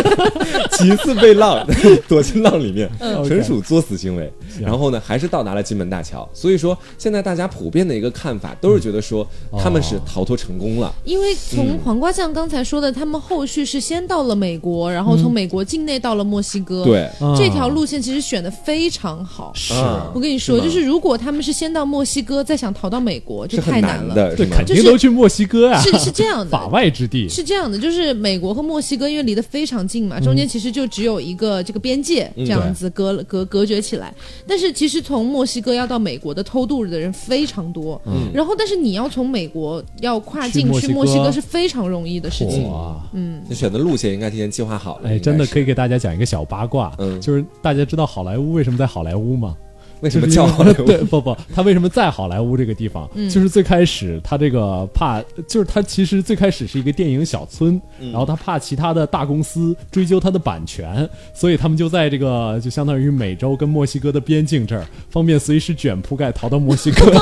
S3: 几次被浪 躲进浪里面，纯属作死行为。然后呢，还是到达了金门大桥。所以说，现在大家普遍的一个看法都是觉得说
S2: 嗯
S3: 他们是逃脱成功了。
S4: 因为从黄瓜酱刚才说的，他们后续是先到了美国，然后从美国境内到了墨西哥。
S3: 对，
S2: 啊
S4: 这条路线其实选的非常好。
S2: 是，
S3: 啊
S4: 我跟你说，
S3: 是吗
S4: 就是如果他们是先到墨西哥，再想逃到美国，就是太
S3: 很
S4: 难
S3: 难
S4: 了。
S3: 的，
S2: 对，
S3: 是吗
S2: 肯？定
S4: 就是
S2: 都去墨西哥呀，
S4: 是是这样
S2: 法
S4: 的。
S2: 外之地。
S4: 是这样的，就是美国和墨西哥因为离得非常近嘛，中间其实就只有一个这个边界这样子隔了隔隔绝起来。但是其实从墨西哥要到美国的偷渡的人非常多，然后但是你要从美国要跨
S2: 去
S4: 境
S2: 墨
S4: 去
S2: 西
S4: 墨西
S2: 哥
S4: 哥是嗯非常容易的事情。
S2: 哇，
S3: 你选的路线应该提前计划好了。
S2: 哎，真的可
S3: 以。
S2: 以给大家讲一个小八卦，
S3: 嗯
S2: 就是大家知道好莱坞为什么在好莱坞吗？
S3: 为什
S2: 就
S3: 么
S2: 是
S3: 叫
S2: 因为
S3: 好莱 坞？
S2: 对，不不，他为什么在好莱坞这个地方？就是最开始他这个怕，就是他其实最开始是一个电影小村，
S3: 嗯
S2: 然后他怕其他的大公司追究他的版权，所以他们就在这个就相当于美洲跟墨西哥的边境这儿，方便随时卷铺盖逃到墨西哥。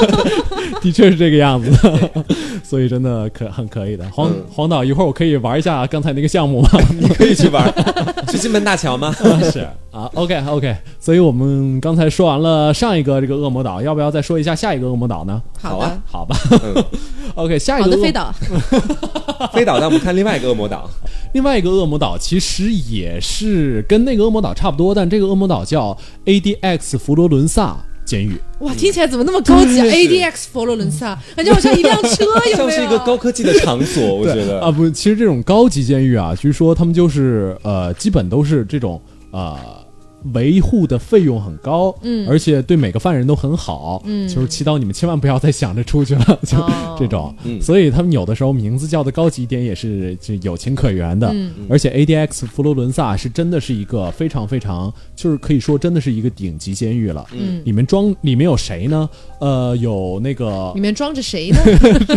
S2: 的确是这个样子的， 所以真的可很可以的。黄
S3: 嗯
S2: 黄导，一会儿我可以玩一下刚才那个项目吗？
S3: 你可以去玩儿， 去金门大桥吗？
S2: 是啊，OK OK，所以我们刚才说完了上一个这个恶魔岛，要不要再说一下下一个恶魔岛呢？
S4: 好
S3: 好
S4: 的
S3: 啊，
S2: 好吧、
S3: 嗯
S2: o k 下一
S4: 好
S2: 个
S4: 的，
S2: 恶
S4: 飞岛，
S3: 飞岛，让我们看另外一个恶魔岛。
S2: 另外一个恶魔岛其实也是跟那个恶魔岛差不多，但这个恶魔岛叫 ADX 佛罗伦萨监狱。
S4: 哇，听起来怎么那么高级啊
S3: 对
S4: ？ADX 佛罗伦萨，感觉好像一辆车，有没有？
S3: 像是一个高科技的场所，我觉
S2: 对
S3: 得
S2: 啊，不，其实这种高级监狱啊，据说他们就是呃，基本都是这种呃。维护的费用很高，嗯，而且对每个犯人都很好，嗯，就是祈祷你们千万不要再想着出去了，就
S4: 哦
S2: 这种，
S3: 嗯
S2: 所以他们有的时候名字叫的高级一点也是就有情可原的，
S3: 嗯
S2: 而且 ADX 佛罗伦萨是真的是一个非常非常，就是可以说真的是一个顶级监狱了，嗯，里面装里面有谁呢？呃，有那个
S4: 里面装着谁呢？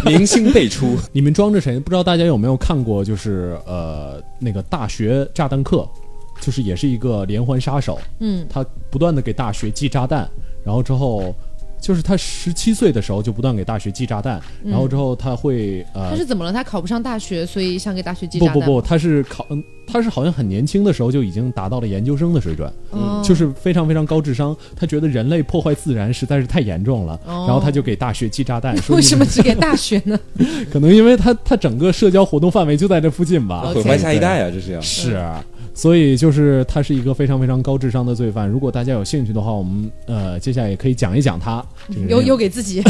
S3: 明星辈 出。
S2: 里面装着谁？不知道大家有没有看过，就是呃那个大学炸弹客，就是也是一个连环杀手，
S4: 嗯，
S2: 他不断的给大学寄炸弹，然后之后就是他十七岁的时候就不断给大学寄炸弹，然后之后他会呃
S4: 嗯他是怎么了？他考不上大学，所以想给大学寄炸
S2: 不
S4: 弹
S2: 不
S4: 吗。
S2: 不，他是考嗯他是好像很年轻的时候就已经达到了研究生的水准，
S4: 哦
S2: 就是非常非常高智商，他觉得人类破坏自然实在是太严重了，
S4: 哦
S2: 然后他就给大学寄炸弹，说
S4: 为
S2: 你
S4: 什么只给大学呢？
S2: 可能因为他他整个社交活动范围就在这附近吧，
S4: OK
S3: 毁坏下一代啊，这是要。
S2: 哦是，所以就是他是一个非常非常高智商的罪犯。如果大家有兴趣的话，我们呃接下来也可以讲一讲他。这个人
S4: 又又给自己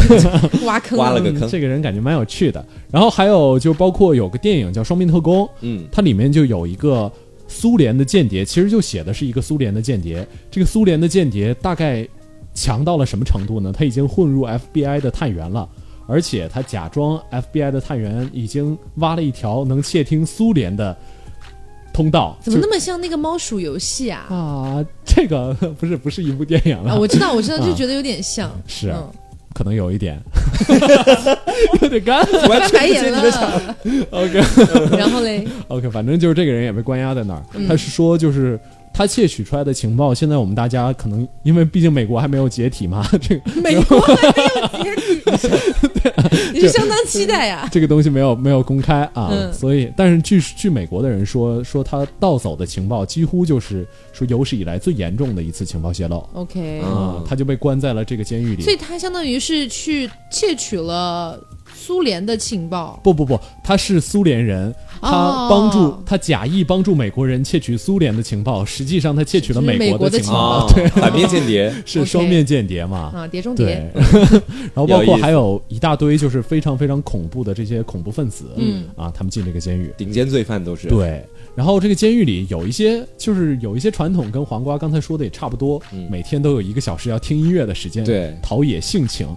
S4: 挖坑
S3: 挖了个
S2: 嗯
S3: 坑
S2: 这个人感觉蛮有趣的。然后还有就包括有个电影叫《双面特工》，
S3: 嗯，
S2: 它里面就有一个苏联的间谍，其实就写的是一个苏联的间谍。这个苏联的间谍大概强到了什么程度呢？他已经混入 FBI 的探员了。而且他假装 FBI 的探员已经挖了一条能窃听苏联的通道，
S4: 怎么那么像那个猫鼠游戏啊？
S2: 啊，这个 不是不是一部电影了，
S4: 啊，我知道，我知道，
S2: 啊
S4: 就觉得有点像。
S2: 是
S4: 嗯
S2: 可能有一 点，有点干。
S3: 完
S4: 翻
S3: 全不
S4: 白
S3: 接
S4: 眼
S3: 你的场。
S4: 了，
S2: OK
S4: 然后嘞，
S2: OK，反正就是这个人也被关押在那儿。
S4: 嗯
S2: 他是说就是。他窃取出来的情报，现在我们大家可能因为毕竟美国还没有解体嘛， 这个
S4: 美国还没有解体，你是相当期待呀、
S2: 这个东西没有没有公开啊，
S4: 嗯
S2: 所以但是据据美国的人说，说他盗走的情报几乎就是说有史以来最严重的一次情报泄露
S4: OK，、
S3: 嗯
S2: 啊，他就被关在了这个监狱里。
S4: 哦所以他相当于是去窃取了苏联的情报，
S2: 不不不，他是苏联人，他帮助、
S4: 哦
S2: 他假意帮助美国人窃取苏联的情报，实际上他窃取了
S4: 就是美
S2: 美
S4: 国
S2: 的
S4: 的情
S2: 情
S4: 报哦
S2: 报，
S3: 啊
S2: 对，，
S3: 反面间谍，
S2: 是
S4: OK
S2: 双面间谍嘛。
S4: 啊，碟中谍
S2: 对， 然后包
S3: 有意
S2: 括
S3: 思
S2: 还有一大堆就是非常非常恐怖的这些恐怖分子，嗯啊，他们进这个监狱，
S3: 顶尖罪犯都是。，
S2: 对。然后这个监狱里有一些，就是有一些传统，跟黄瓜刚才说的也差不多，每天都有一个小时要听音乐的时间，
S3: 对
S2: 陶冶性情。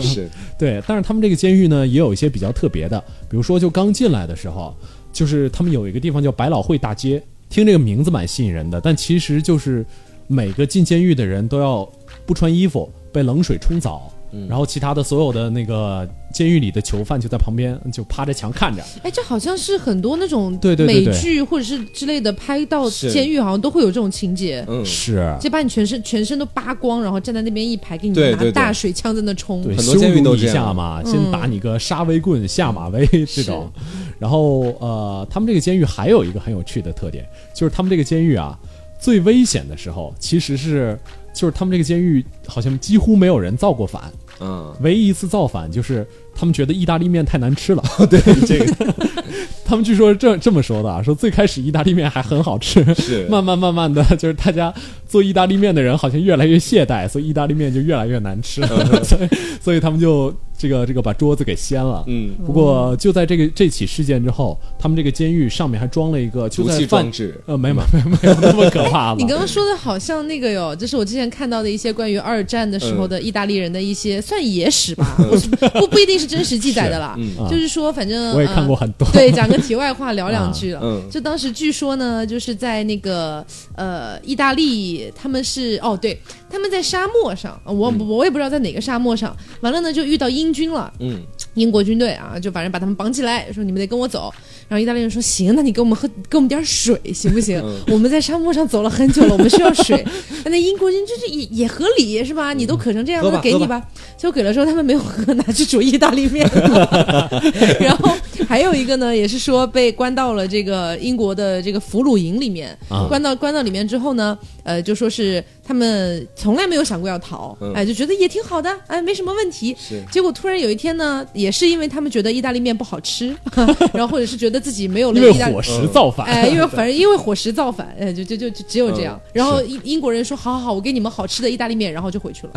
S3: 是
S2: 对，但是他们这个监狱呢，也有一些比较特别的，比如说就刚进来的时候，就是他们有一个地方叫百老汇大街，听这个名字蛮吸引人的，但其实就是每个进监狱的人都要不穿衣服，被冷水冲澡。然后其他的所有的那个监狱里的囚犯就在旁边就趴着墙看着，
S4: 哎，这好像是很多那种
S2: 对对对
S4: 美
S2: 对
S4: 剧或者是之类的拍到
S3: 是
S4: 监狱，好像都会有这种情节，
S3: 嗯，
S2: 是
S4: 就把你全身全身都扒光，然后站在那边一排，给你
S3: 对
S4: 拿
S3: 对对
S4: 大水枪在那冲。
S2: 对，
S3: 很
S2: 羞
S3: 多监狱
S2: 辱
S3: 都
S2: 你
S3: 这
S2: 一下
S3: 样
S2: 嘛，先打你个杀威棍、下马威这种。然后呃，他们这个监狱还有一个很有趣的特点，就是他们这个监狱啊，最危险的时候其实是就是他们这个监狱好像几乎没有人造过反，
S3: 嗯，
S2: 唯一一次造反就是他们觉得意大利面太难吃了。
S3: 对，这个
S2: 他们据说是这这么说的啊，说最开始意大利面还很好吃，
S3: 是
S2: 慢慢慢慢的就是大家做意大利面的人好像越来越懈怠，所以意大利面就越来越难吃，
S3: 嗯
S2: 所以所以他们就这个这个把桌子给掀了。
S3: 嗯，
S2: 不过就在这个这起事件之后，他们这个监狱上面还装了一个就
S3: 毒
S2: 在
S3: 气
S2: 饭
S3: 装置。
S2: 呃没有没有没有那么可怕了
S4: 你。刚刚说的好像那个哟，就是我之前看到的一些关于二战的时候
S2: 嗯
S4: 的意大利人的一些、 算野史吧，不是不不一定是真实记载的啦，
S3: 是
S4: 就是说反正
S2: 嗯我也看过很多
S4: 呃、对，讲个题外话聊两句了。
S3: 嗯
S4: 就当时据说呢，就是在那个呃意大利，他们是哦对，他们在沙漠上，呃我我也不知道在哪个沙漠上，完了呢就遇到英军了，
S3: 嗯，
S4: 英国军队啊，就反正把他们绑起来，说你们得跟我走。然后意大利人说行，那你给我们喝给我们点水行不行？
S3: 嗯
S4: 我们在沙漠上走了很久了，我们需要 水。那英国军就是也也合理是吧？你都渴成这样，
S3: 嗯喝吧
S4: 那给你
S3: 喝
S4: 吧。就给了之后，他们没有喝，拿去煮意大利 面。 然后还有一个呢，也是说被关到了这个英国的这个俘虏营里面，
S2: 啊
S4: 关到关到里面之后呢，呃，就说是他们从来没有想过要逃，
S3: 嗯
S4: 哎，就觉得也挺好的，哎，没什么问题。
S3: 是
S4: 结果突然有一天呢，也是因为他们觉得意大利面不好吃，然后或者是觉得自己没有了
S2: 因为
S4: 意大利
S2: 伙食造反。
S4: 哎，因为反正因为伙食造反，哎，就就就就只有这样
S3: 嗯。
S4: 然后英英国人说好好好，我给你们好吃的意大利面，然后就回去了。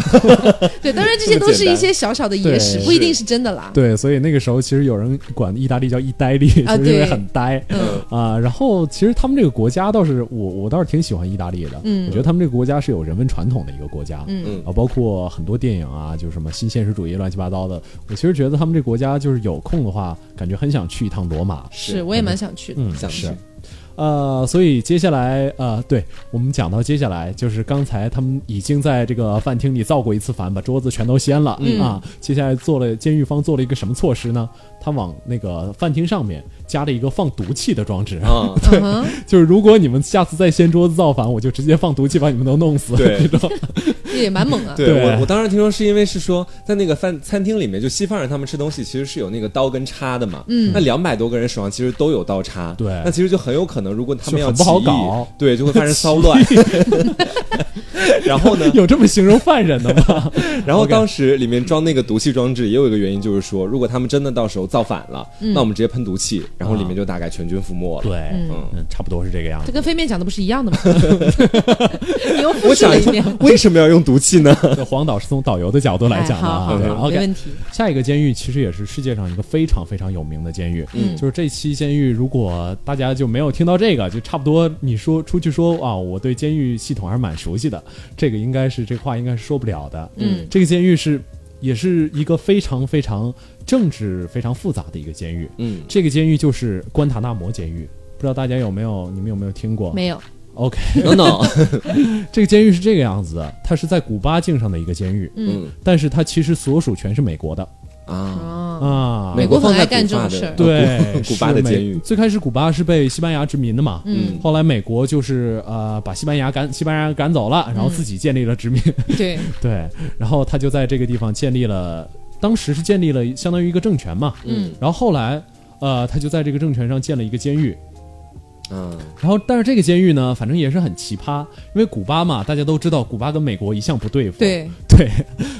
S4: 对，当然这些都是一些小小的野史，
S2: 对
S4: 不一定是真的啦。
S2: 对，所以那个时候其实有人管意大利叫意呆利，
S4: 啊
S2: 就是因为
S4: 对
S2: 很呆。
S4: 嗯
S2: 啊，然后其实他们这个国家倒是我我倒是挺喜欢意大利的，
S4: 嗯
S2: 我觉得他们这个国家是有人文传统的一个国家，
S4: 嗯
S3: 嗯
S2: 啊，包括很多电影啊，就是什么新现实主义乱七八糟的，我其实觉得他们这国家就是有空的话，感觉很想去一趟罗马，
S4: 是，我也蛮想去的。
S2: 嗯，
S3: 想去
S2: 是。呃，所以接下来，呃，对我们讲到接下来，就是刚才他们已经在这个饭厅里造过一次反，把桌子全都掀了、
S4: 嗯
S2: 啊。接下来做了监狱方做了一个什么措施呢？他往那个饭厅上面加了一个放毒气的装置，
S3: 啊，
S4: 嗯哼，
S2: 就是如果你们下次再掀桌子造反，我就直接放毒气 把你们都弄死。
S3: 对
S2: 这种
S4: 也蛮猛啊。
S3: 对
S2: 对
S3: 我，我当时听说是因为是说在那个饭餐厅里面，就西方人他们吃东西其实是有那个刀跟叉的嘛。
S4: 嗯
S3: 那两百多个人手上其实都有刀叉。
S2: 对
S3: 那其实就很有可能，如果他们
S2: 就
S3: 要
S2: 很不好
S3: 起义
S2: 搞
S3: 对，就会发生骚 乱。然后呢，
S2: 有这么形容犯人的 吗？
S3: 然后
S2: OK
S3: 当时里面装那个毒气装置，也有一个原因，就是说，如果他们真的到时候造反了，
S4: 嗯
S3: 那我们直接喷毒气，然后里面就大概全军覆
S2: 啊
S3: 没了。
S2: 对，嗯，差不多是这个样
S4: 这
S2: 子。
S4: 跟飞面讲的不是一样的吗？你又复
S3: 我
S4: 述
S3: 想
S4: 了
S3: 一
S4: 一遍。
S3: 下， 为什么要用毒气呢？
S2: 这黄导是从导游的角度来讲的
S4: 哎好
S2: 啊
S4: 好，
S2: 对
S4: 好没
S2: ，OK，
S4: 问题。
S2: 下一个监狱其实也是世界上一个非常非常有名的监狱，
S4: 嗯
S2: 就是这期监狱，如果大家就没有听到这个，就差不多你说出去说啊，我对监狱系统还是蛮熟悉的，这个应该是这话应该是说不了的，
S4: 嗯
S2: 这个监狱是也是一个非常非常政治非常复杂的一个监狱，
S3: 嗯，
S2: 这个监狱就是关塔那摩监狱，不知道大家有没有你们有没有听过？
S4: 没有，
S2: OK，
S3: 等等，
S2: 这个监狱是这个样子的，它是在古巴境上的一个监狱，
S4: 嗯
S3: 嗯
S2: 但是它其实所属全是美国的
S3: 啊，
S4: 啊，
S2: 啊，
S4: 美国
S3: 放在
S4: 很爱干
S3: 古巴
S4: 这种
S3: 的
S4: 事儿
S2: 对，
S3: 古古 巴的
S2: 是美
S3: 监狱
S2: 最开始古巴是被西班牙殖民的嘛，
S4: 嗯，
S2: 后来美国就是呃把西班牙赶西班牙人赶走了，然后自己建立了殖民，
S4: 对，
S2: 对，然后他就在这个地方建立了，当时是建立了相当于一个政权嘛，
S4: 嗯
S2: 然后后来呃他就在这个政权上建了一个监狱，
S3: 啊，
S2: 然后但是这个监狱呢，反正也是很奇葩，因为古巴嘛，大家都知道古巴跟美国一向不对付，
S4: 对，
S2: 对，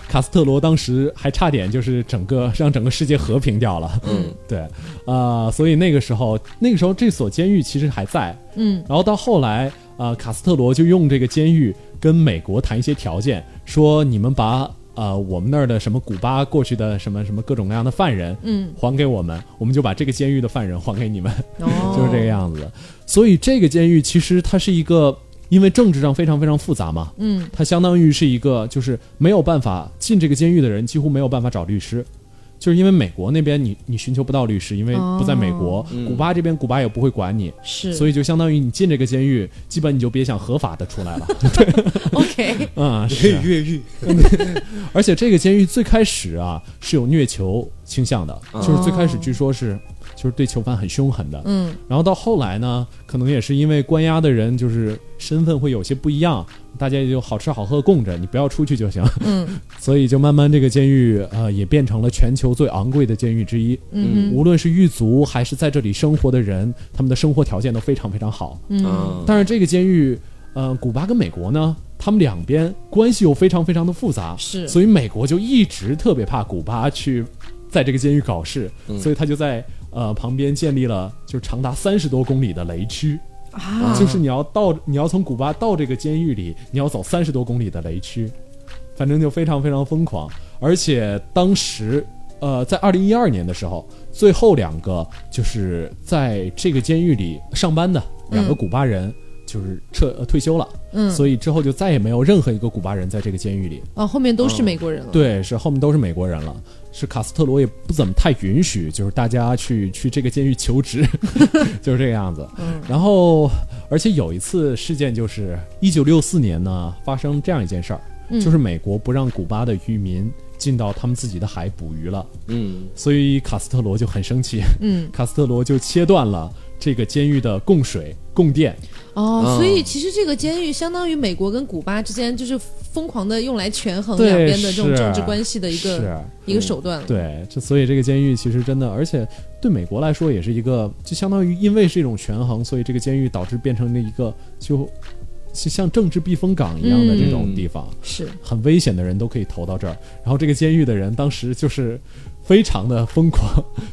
S2: 卡斯特罗当时还差点就是整个让整个世界和平掉了。
S3: 嗯，
S2: 对，啊，所以那个时候，那个时候这所监狱其实还在，
S4: 嗯
S2: 然后到后来，呃，卡斯特罗就用这个监狱跟美国谈一些条件，说你们把呃我们那儿的什么古巴过去的什么什么各种各样的犯人，
S4: 嗯，
S2: 还给我们，我们就把这个监狱的犯人还给你们，
S4: 哦，
S2: 就是这个。样子。所以这个监狱其实它是一个，因为政治上非常非常复杂嘛，
S4: 嗯，
S2: 它相当于是一个就是没有办法进这个监狱的人几乎没有办法找律师，就是因为美国那边你你寻求不到律师，因为不在美国，古巴这边古巴也不会管你，
S4: 是，
S2: 所
S4: 以
S2: 以就相当于你进这个监狱，基本你就别想合法的出 来了
S4: OK，
S2: 啊、
S3: 可
S2: 是，
S3: 以越狱
S2: 而且这个监狱最开始啊是有虐囚倾向的，就是最开始据说是就是对囚犯很凶狠的，
S4: 嗯
S2: 然后到后来呢，可能也是因为关押的人就是身份会有些不一样，大家也就好吃好喝供着，你不要出去就行。
S4: 嗯
S2: 所以就慢慢这个监狱呃也变成了全球最昂贵的监狱之一。
S4: 嗯
S2: 无论是狱卒还是在这里生活的人，他们的生活条件都非常非常好。
S4: 嗯
S3: 啊，
S2: 但是这个监狱，呃，古巴跟美国呢，他们两边关系又非常非常的复杂，
S4: 是
S2: 所以美国就一直特别怕古巴去在这个监狱搞事，
S4: 嗯
S2: 所以他就在呃旁边建立了就是长达三十多公里的雷区。
S4: 啊，
S2: 就是你要到，你要从古巴到这个监狱里，你要走三十多公里的雷区，反正就非常非常疯狂。而且当时，呃，在二零一二年的时候，最后两个就是在这个监狱里上班的两个古巴人，就是撤、呃退休了，
S4: 嗯，
S2: 所以之后就再也没有任何一个古巴人在这个监狱里。
S4: 哦，后面都是美国人了。，
S2: 嗯对，是后面都是美国人了。是卡斯特罗也不怎么太允许，就是大家去去这个监狱求职， 就是这个样子。
S4: 嗯
S2: 然后，而且有一次事件就是一九六四年呢，发生这样一件事儿，
S4: 嗯
S2: 就是美国不让古巴的渔民进到他们自己的海捕鱼了，
S3: 嗯，
S2: 所以卡斯特罗就很生气，
S4: 嗯，
S2: 卡斯特罗就切断了这个监狱的供水、供电。
S4: 哦，
S3: 嗯
S4: 所以其实这个监狱相当于美国跟古巴之间就是疯狂的用来权衡
S2: 对
S4: 两边的这种
S2: 是
S4: 政治关系的一
S2: 是
S4: 个一个手段了。
S2: 对，这所以这个监狱其实真的，而且对美国来说也是一个，就相当于因为是一种权衡，所以这个监狱导致变成了一个就就像政治避风港一样的这种地方，
S4: 是，
S2: 很危险的人都可以投到这儿。然后这个监狱的人当时就是非常的疯狂，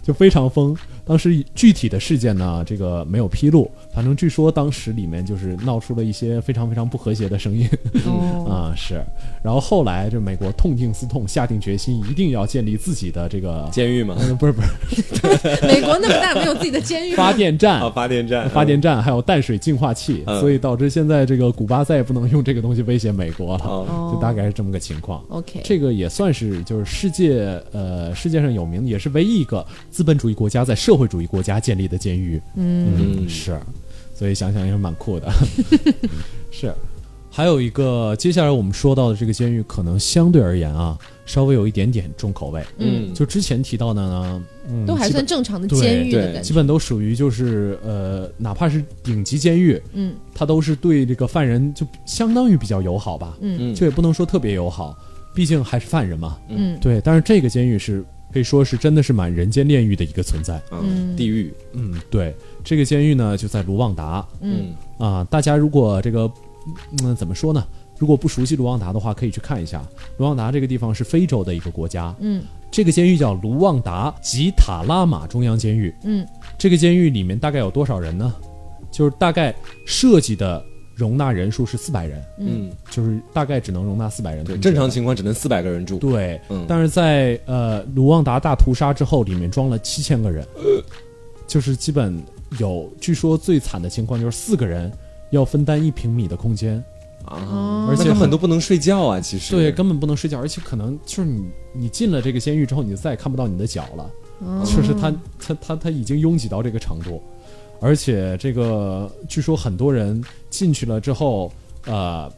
S2: 就非常疯。当时具体的事件呢，这个没有披露，反正据说当时里面就是闹出了一些非常非常不和谐的声音。
S4: 哦，
S2: 啊、是。然后后来这美国痛定思痛，下定决心一定要建立自己的这个，
S3: 监狱嘛，
S2: 呃、 不是不是
S4: 美国那么大，没有自己的监狱吗
S2: 发电站。
S3: 啊，发电站，
S2: 发电站还有淡水净化器，
S3: 嗯
S2: 所以导致现在这个古巴再也不能用这个东西威胁美国了，
S3: 啊，
S4: 哦
S2: 就大概是这么个情况。
S4: OK，
S2: 这个也算是就是世界呃世界上有名，也是唯一一个资本主义国家在社会主义国家建立的监狱。嗯是，所以想想也是蛮酷的。 是，还有一个接下来我们说到的这个监狱，可能相对而言啊，稍微有一点点重口味。
S3: 嗯，
S2: 就之前提到的呢，嗯，
S4: 都还
S2: 基
S4: 算
S2: 本
S4: 正常的
S2: 对
S4: 监狱的
S3: 对
S4: 感
S2: 基
S4: 觉。
S2: 本都属于就是呃，哪怕是顶级监狱，
S4: 嗯
S2: 它都是对这个犯人就相当于比较友好吧，
S4: 嗯
S3: 嗯
S2: 就也不能说特别友好，毕竟还是犯人嘛。
S4: 嗯，
S2: 对，但是这个监狱是可以说是真的是满人间炼狱的一个存在。
S3: 啊
S4: 嗯
S3: 地狱，
S2: 嗯，对，这个监狱呢就在卢旺达
S4: 嗯，
S2: 啊。大家如果这个嗯怎么说呢？如果不熟悉卢旺达的话，可以去看一下。卢旺达这个地方是非洲的一个国家，
S4: 嗯，
S2: 这个监狱叫卢旺达吉塔拉玛中央监狱，
S4: 嗯，
S2: 这个监狱里面大概有多少人呢？就是大概设计的容纳人数是四百人，
S3: 嗯，
S2: 就是大概只能容纳四百人。
S3: 对，正常情况只能四百个人住，
S2: 对，
S3: 嗯
S2: 但是在呃卢旺达大屠杀之后，里面装了七千个人，就是基本有，据说最惨的情况就是四个人要分担一平米的空间，
S3: 啊，
S2: 而且
S3: 那他们都不能睡觉啊，其实
S2: 对，根本不能睡觉，而且可能就是你你进了这个监狱之后，你就再也看不到你的脚了，就是它它它它已经拥挤到这个程度，而且这个据说很多人进去了之后，呃，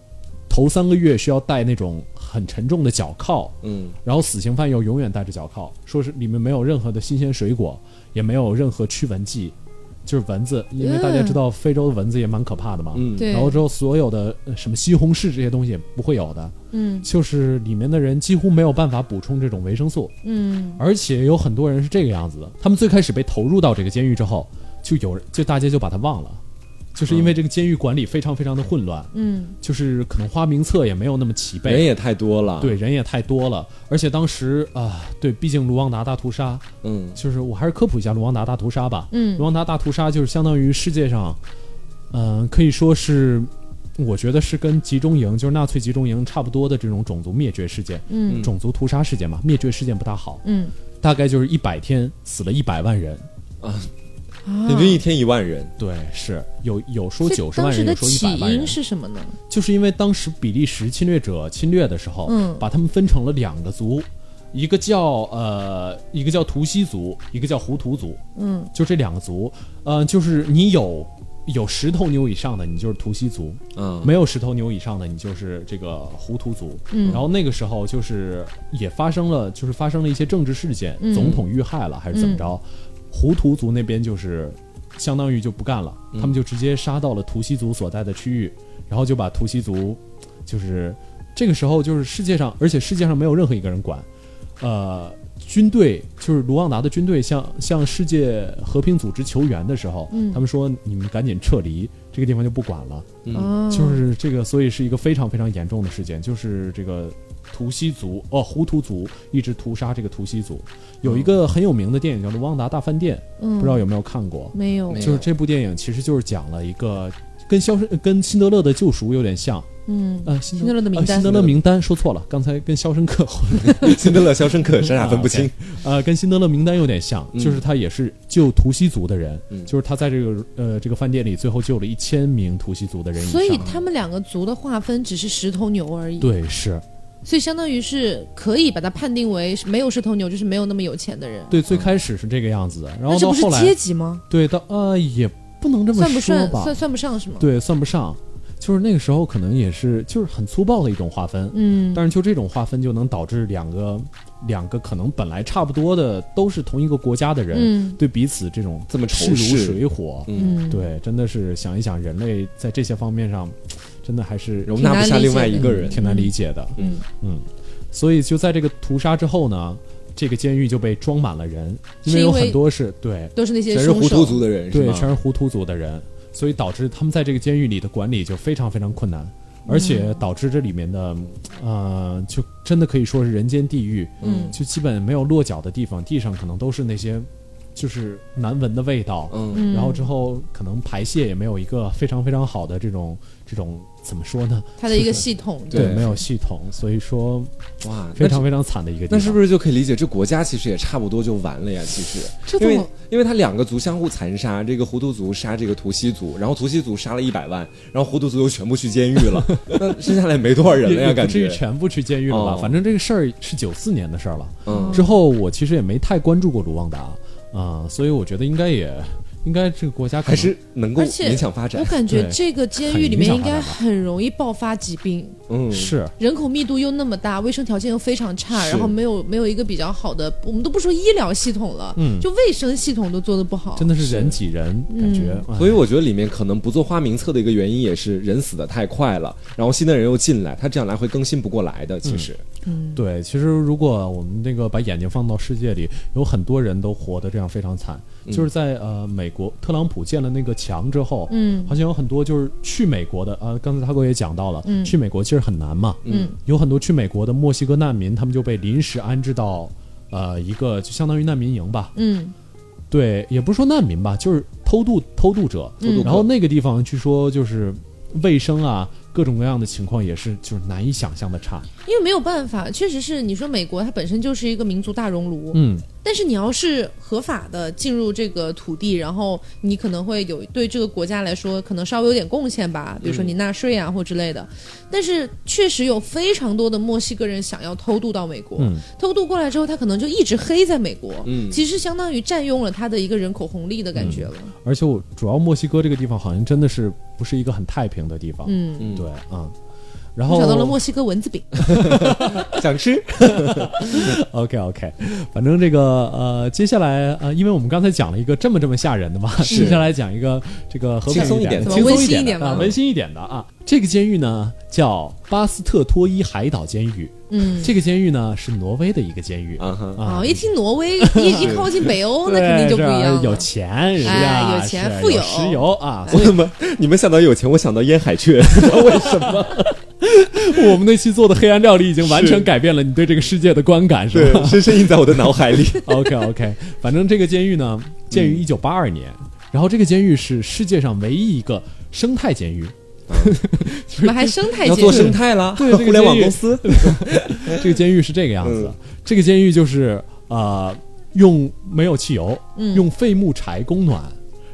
S2: 头三个月需要戴那种很沉重的脚铐，
S3: 嗯
S2: 然后死刑犯又永远戴着脚铐，说是里面没有任何的新鲜水果，也没有任何驱蚊剂，就是蚊子，因为大家知道非洲的蚊子也蛮可怕的嘛。
S3: 嗯，
S4: 对
S2: 然后之后所有的呃什么西红柿这些东西也不会有的，
S4: 嗯
S2: 就是里面的人几乎没有办法补充这种维生素，
S4: 嗯
S2: 而且有很多人是这个样子的，他们最开始被投入到这个监狱之后，就有人就大家就把他忘了，就是因为这个监狱管理非常非常的混乱，
S4: 嗯
S2: 就是可能花名册也没有那么齐备，
S3: 人也太多
S4: 啊
S3: 了，
S2: 对，，人也太多了，而且当时啊、对，毕竟卢旺达大屠杀，
S3: 嗯
S2: 就是我还是科普一下卢旺达大屠杀吧。卢
S4: 嗯
S2: 旺达大屠杀就是相当于世界上，嗯、可以说是，我觉得是跟集中营，就是纳粹集中营差不多的这种种族灭绝事件、
S4: 嗯
S2: 种族屠杀事件嘛。灭绝事件不大好，
S4: 嗯
S2: 大概就是一百天死了一百万人。
S4: 啊
S2: 哦
S3: 平均一天一万人，
S2: 对，是有有说
S4: 所以
S2: 九十
S4: 当
S2: 万
S4: 时
S2: 人，
S4: 的
S2: 有说一
S4: 起
S2: 百万人
S4: 因，是什么呢？
S2: 就是因为当时比利时侵略者侵略的时候，
S4: 嗯
S2: 把他们分成了两个族，一个叫呃，一个叫图西族，一个叫胡图族，
S4: 嗯，
S2: 就这两个族，呃，就是你有有十头牛以上的，你就是图西族；
S3: 嗯，
S2: 没有十头牛以上的，你就是这个胡图族。嗯，然后那个时候就是也发生了，就是发生了一些政治事件，总统遇害了还是怎么着，胡图族那边就是相当于就不干了，他们就直接杀到了图西族所在的区域，然后就把图西族，就是这个时候就是世界上，而且世界上没有任何一个人管，呃。军队就是卢旺达的军队向向世界和平组织求援的时候，他们说你们赶紧撤离，这个地方就不管了。
S4: 啊，
S2: 嗯就是这个，所以是一个非常非常严重的事件，就是这个图西族哦，胡图族一直屠杀这个图西族。有一个很有名的电影叫《卢旺达大饭店》，
S4: 嗯
S2: 不知道有没有看过？
S4: 没有
S3: 没有
S2: 就是这部电影其实就是讲了一个跟《肖申》跟《辛德勒的救赎》有点像。
S4: 嗯，
S2: 呃，辛
S4: 辛德勒的名单
S2: 呃辛德勒名单说错了，刚才跟《肖申克》
S3: 辛德勒、肖申克，傻傻哦啊分不 清。嗯
S2: 呃，跟辛德勒名单有点像，就是他也是救图西族的人，就是他在这个呃这个饭店里最后救了一千名图西族的人以上。
S4: 所以他们两个族的划分只是十头牛而已。，
S2: 对是
S4: 所以相当于是可以把它判定为是没有十头牛，就是没有那么有钱的人。
S2: 对，最开始是这个样子的，然
S4: 嗯那
S2: 后
S4: 这
S2: 到
S4: 不是
S2: 后来
S4: 阶级吗？
S2: 对到呃也不能这么
S4: 算不
S2: 说
S4: 算
S2: 吧，
S4: 算算不上是吗？
S2: 对算不上，就是那个时候可能也是就是很粗暴的一种划分，
S4: 嗯，
S2: 但是就这种划分就能导致两个两个可能本来差不多的都是同一个国家的人，
S4: 嗯
S2: 对彼此这种
S3: 这么
S2: 视
S3: 仇
S2: 如
S3: 视
S2: 水火，
S4: 嗯，
S2: 对，真的是想一想，人类在这些方面上，真的还是
S3: 容纳不下另外一个人。
S2: 挺难理解的。
S3: 嗯
S2: 嗯，所以就在这个屠杀之后呢，这个监狱就被装满了人，因为有很多是对
S4: 都是那些
S3: 全是
S4: 凶
S3: 糊涂族
S4: 手。
S3: 的人，是
S2: 对
S3: 吗？
S2: 全是胡图族的人，所以导致他们在这个监狱里的管理就非常非常困难，而且导致这里面的呃，就真的可以说是人间地狱，
S4: 嗯
S2: 就基本没有落脚的地方，地上可能都是那些就是难闻的味道，
S3: 嗯，
S4: 嗯，
S2: 然后之后可能排泄也没有一个非常非常好的这种这种怎么说呢？
S4: 它的一个系统，
S3: 对
S2: 没有系统，所以说
S3: 哇，
S2: 非常
S3: 那是
S2: 非常惨的一个地
S3: 那
S2: 方。
S3: 是不是就可以理解，这国家其实也差不多就完了呀？其实，
S4: 这
S3: 因
S4: 怎
S3: 为
S4: 么
S3: 因为他两个族相互残杀，这个胡图族杀这个图西族，然后图西族杀了一百万，然后胡图族又全部去监狱 了，那剩下来没多少人了
S2: 也
S3: 呀？
S2: 也不
S3: 感
S2: 至于
S3: 觉，
S2: 全部去监狱了吧？
S3: 哦
S2: 反正这个事儿是九四年的事儿了。
S3: 嗯
S2: 之后我其实也没太关注过卢旺达啊、所以我觉得应该也应该这个国家可能
S3: 还是能够
S4: 而且
S3: 勉强发展
S4: 我。感觉
S2: 对
S4: 这个监狱里面
S2: 很
S4: 应
S2: 影响
S4: 该
S2: 发展吧
S4: 很容易爆发疾病，
S3: 嗯，
S2: 是
S4: 人口密度又那么大，卫生条件又非常差，
S3: 是
S4: 然后没有没有一个比较好的，我们都不说医疗系统了，
S2: 嗯
S4: 就卫生系统都做的不好，
S2: 真的是人挤人，感觉、哎
S3: 所以我觉得里面可能不做花名册的一个原因也是人死的太快了，然后新的人又进来，他这样来回更新不过来的。
S2: 嗯
S3: 其实，
S2: 对，其实如果我们那个把眼睛放到世界里，有很多人都活得这样非常惨。
S4: 嗯
S2: 就是在呃美国，特朗普建了那个墙之后，
S4: 嗯
S2: 好像有很多就是去美国的，呃，刚才他哥也讲到了，
S4: 嗯
S2: 去美国其实很难嘛，
S4: 嗯，
S2: 有很多去美国的墨西哥难民，他们就被临时安置到呃一个就相当于难民营吧，
S4: 嗯
S2: 对，也不是说难民吧，就是偷渡偷渡者，
S4: 嗯偷渡客
S2: 然后那个地方据说就是卫生啊，各种各样的情况也是就是难以想象的差，
S4: 因为没有办法，确实是你说美国它本身就是一个民族大熔炉，
S2: 嗯，
S4: 但是你要是合法的进入这个土地，然后你可能会有对这个国家来说可能稍微有点贡献吧，比如说你纳税啊或之类的。但是确实有非常多的墨西哥人想要偷渡到美国，
S2: 嗯
S4: 偷渡过来之后，他可能就一直黑在美国，
S3: 嗯
S4: 其实相当于占用了他的一个人口红利的感觉了。
S2: 而且我主要墨西哥这个地方好像真的是不是一个很太平的地方，
S4: 嗯，
S3: 嗯
S2: 对啊、嗯然
S4: 我
S2: 后
S4: 找到 了墨西哥蚊子饼，
S3: 想吃
S2: OK OK，反正这个呃，接下来呃，因为我们刚才讲了一个这么这么吓人的嘛，
S3: 是
S2: 接下来讲一个这个和
S3: 轻松一点
S2: 的、
S3: 的
S2: 轻松
S4: 温馨一点
S2: 的啊，
S4: 吧
S2: 温馨一点的啊。这个监狱呢叫巴斯特托伊海岛监狱，
S4: 嗯，
S2: 这个监狱呢是挪威的一个监狱
S3: 啊 哈，
S4: 啊、
S2: 啊，
S4: 一听挪威，一一靠近北欧，那肯定就不
S2: 对
S4: 一
S2: 这
S4: 样
S2: 有
S4: 了。
S2: 钱人
S4: 哎
S2: 家
S4: 有钱
S2: 是
S4: 富有哎
S2: 有石油啊，
S3: 我怎么你们想到有钱，我想到烟 海雀，
S2: 我们那期做的黑暗料理已经完全改变了你对这个世界的观感，是
S3: 对
S2: 吧，
S3: 深深印在我的脑海里。
S2: ？OK OK，反正这个监狱呢，建于一九八二年，然后这个监狱是世界上唯一一个生态监狱。
S4: 我们还生态
S3: 要
S4: 监
S3: 做
S4: 狱
S3: 生，态了，
S2: 对这个
S3: 互联网
S2: 监狱
S3: 公司，
S2: 这个监狱是这个样子的，
S3: 嗯
S2: 这个监狱就是呃，用没有汽油，
S4: 嗯
S2: 用废木柴供暖，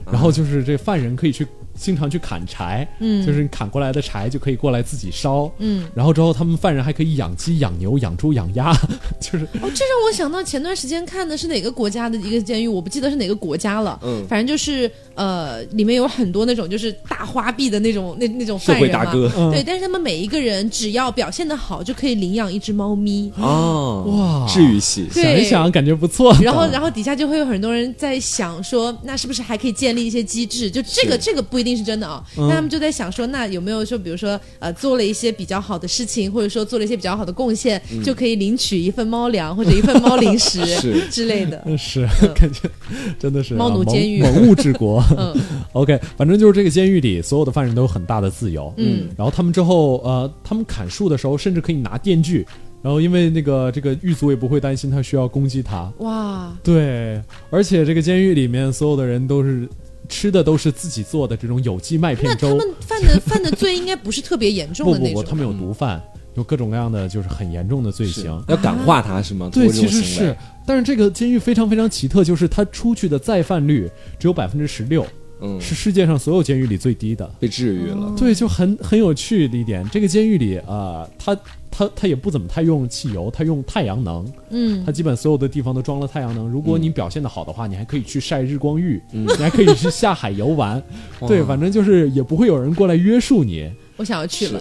S2: 然后就是这犯人可以去经常去砍柴，
S4: 嗯
S2: 就是砍过来的柴就可以过来自己烧。
S4: 嗯，
S2: 然后之后，他们犯人还可以养鸡、养牛、养猪、养鸭， 就是
S4: 哦，这让我想到前段时间看的是哪个国家的一个监狱，我不记得是哪个国家了。
S3: 嗯
S4: 反正就是呃，里面有很多那种就是大花臂的那种那那种
S3: 社
S4: 犯
S3: 会
S4: 人嘛。
S3: 大哥
S2: 嗯
S4: 对，但是他们每一个人只要表现的好，就可以领养一只猫咪。
S3: 啊，
S2: 哇
S3: 治愈系，
S4: 对
S2: 想一想感觉不错。
S4: 然后，然后底下就会有很多人在想说，那是不是还可以建立一些机制？就这个，
S3: 是嗯
S4: 这个不一定是真的啊、那他们就在想说，那有没有说，比如说，呃，做了一些比较好的事情，或者说做了一些比较好的贡献，
S3: 嗯
S4: 就可以领取一份猫粮或者一份猫零食
S3: 是
S4: 之类的。
S2: 是感觉真的 是
S4: 猫奴
S2: 啊
S4: 嗯监狱
S2: 萌萌物治国。
S4: 嗯
S2: OK，反正就是这个监狱里所有的犯人都有很大的自由。
S4: 嗯，
S2: 然后他们之后呃，他们砍树的时候甚至可以拿电锯，然后因为那个这个狱卒也不会担心他需要攻击他。
S4: 哇，
S2: 对，而且这个监狱里面所有的人都是吃的都是自己做的这种有机麦
S4: 那
S2: 片
S4: 他
S2: 粥。
S4: 们犯的犯的罪应该不是特别严重
S2: 不
S4: 的
S2: 不
S4: 那
S2: 不，
S4: 种。
S2: 他们有毒贩，有各种各样的就是很严重的罪
S3: 是
S2: 行。
S3: 要感化他是吗？
S2: 对，
S3: 通
S2: 其
S3: 过这
S2: 实
S3: 种行为
S2: 是，，但是这个监狱非常非常奇特，就是他出去的再犯率只有百分之十六，
S3: 嗯，
S2: 是世界上所有监狱里最低的。
S3: 被治愈了。
S2: 对，就很很有趣的一点，这个监狱里啊、他他他也不怎么太用汽油，他用太阳能，
S4: 嗯，
S2: 他基本所有的地方都装了太阳能。如
S3: 嗯
S2: 果你表现的好的话，你还可以去晒日光浴，你还可以去下海游玩。对，
S3: 哇
S2: 反正就是也不会有人过来约束你。
S4: 我想要去了。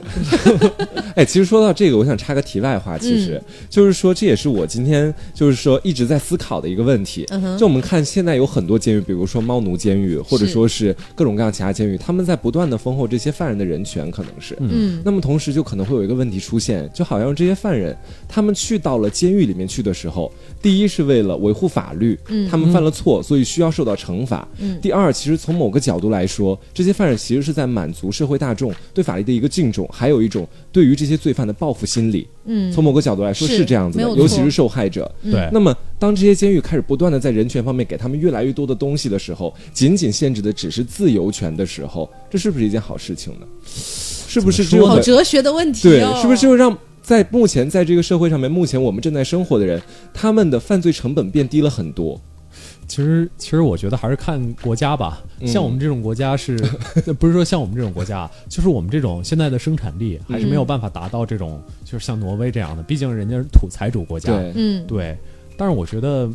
S3: 哎，其实说到这个，我想插个题外话，其实、就是说，这也是我今天就是说一直在思考的一个问题。
S4: 嗯哼
S3: 就我们看现在有很多监狱，比如说猫奴监狱，或者说是各种各样其他监狱，他们在不断的丰厚这些犯人的人权，可能是。
S4: 嗯
S3: 那么同时就可能会有一个问题出现，就好像这些犯人他们去到了监狱里面去的时候，第一是为了维护法律，
S4: 嗯
S3: 他们犯了错，所以需要受到惩罚。
S4: 嗯
S3: 第二，其实从某个角度来说，这些犯人其实是在满足社会大众对法律的一个敬重，还有一种对于这些罪犯的报复心理。
S4: 嗯，
S3: 从某个角度来说
S4: 是
S3: 是这样子的
S4: 没，有
S3: 尤其
S4: 错
S3: 是受害者。
S2: 对，
S3: 那么，当这些监狱开始不断的在人权方面给他们越来越多的东西的时候，仅仅限制的只是自由权的时候，这是不是一件好事情呢？是不是只有
S4: 好哲学的问题
S3: 对
S4: 哦，，
S3: 是不是就让在目前在这个社会上面，目前我们正在生活的人，他们的犯罪成本变低了很多？
S2: 其实，其实我觉得还是看国家吧。
S3: 嗯
S2: 像我们这种国家 是，不是说像我们这种国家啊，就是我们这种现在的生产力还是没有办法达到这种，就是像挪威这样的，毕竟人家是土财主国家。
S3: 嗯对，
S4: 嗯
S2: 对但是我觉得，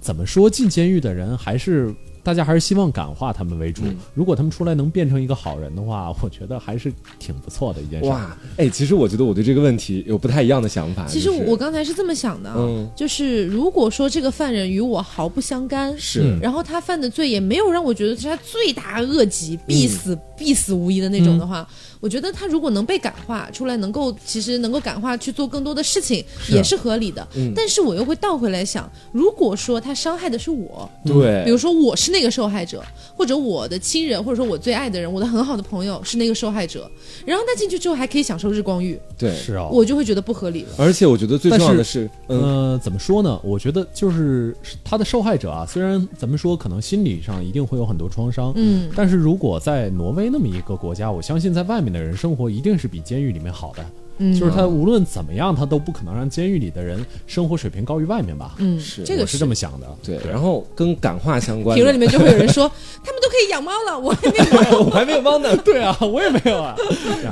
S2: 怎么说，进监狱的人还是大家还是希望感化他们为
S3: 嗯
S2: 主。如果他们出来能变成一个好人的话，我觉得还是挺不错的一件事。
S3: 哇，哎，其实我觉得我对这个问题有不太一样的想法。
S4: 其实
S3: 就
S4: 我
S3: 是
S4: 我刚才是这么想的啊，
S3: 嗯
S4: 就是如果说这个犯人与我毫不相干，
S3: 是
S2: 嗯
S4: 然后他犯的罪也没有让我觉得是他罪大恶极、必死、
S2: 嗯
S4: 必死无疑的那种的话，我觉得他如果能被感化出来，能够其实能够感化去做更多的事情，
S2: 是啊
S4: 也是合理的。
S3: 嗯
S4: 但是我又会倒回来想，如果说他伤害的是我，
S2: 哎
S3: 对，
S4: 嗯比如说我是那个受害者，或者我的亲人，或者说我最爱的人，我的很好的朋友是那个受害者，然后他进去之后还可以享受日光浴，
S3: 对，
S2: 是哦，
S4: 我就会觉得不合理了。
S3: 而且我觉得最重要的
S2: 但
S3: 是，嗯，
S2: 呃，怎么说呢？我觉得就是他的受害者啊，虽然咱们说可能心理上一定会有很多创伤，
S4: 嗯
S2: 但是如果在挪威那么一个国家，我相信在外面的人生活一定是比监狱里面好的。
S4: 嗯，
S2: 就是他无论怎么样，他都不可能让监狱里的人生活水平高于外面吧？
S4: 嗯，
S3: 是
S4: 这
S2: 我
S4: 个
S2: 是这么想的。
S3: 对， 然后跟感化相关的。
S4: 评论里面就会有人说， 他们都可以养猫了，我还没有。
S3: 我还没有帮呢。
S2: 对啊，我也没有啊。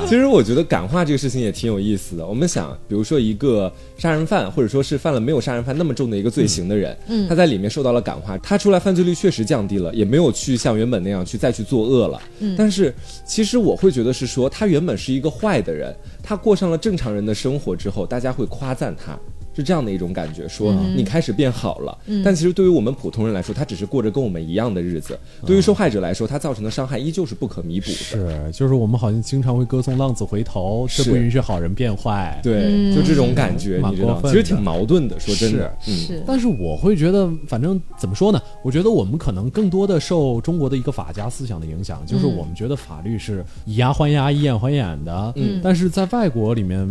S3: 其实我觉得感化这个事情也挺有意思的。我们想，比如说一个杀人犯，或者说是犯了没有杀人犯那么重的一个罪行的人，
S4: 嗯
S3: 他在里面受到了感化，他出来犯罪率确实降低了，也没有去像原本那样去再去作恶了。
S4: 嗯
S3: 但是其实我会觉得是说，他原本是一个坏的人，他过上了正常人的生活之后，大家会夸赞他。是这样的一种感觉，说
S4: 嗯
S3: 你开始变好了，但其实对于我们普通人来说，他只是过着跟我们一样的日子。
S4: 嗯
S3: 对于受害者来说，他造成的伤害依旧是不可弥补的。
S2: 是，就是我们好像经常会歌颂浪子回头，这
S3: 是
S2: 不允许好人变坏。，
S3: 对，就这种感觉，
S2: 蛮
S3: 你知道
S2: 过，
S3: 其
S2: 分
S3: 实
S2: 的
S3: 挺矛盾的。说真的，嗯，
S4: 是，
S2: 但是我会觉得，反正怎么说呢？我觉得我们可能更多的受中国的一个法家思想的影响，就是我们觉得法律是以牙还牙，以眼还眼的。
S4: 嗯
S2: 但是在外国里面，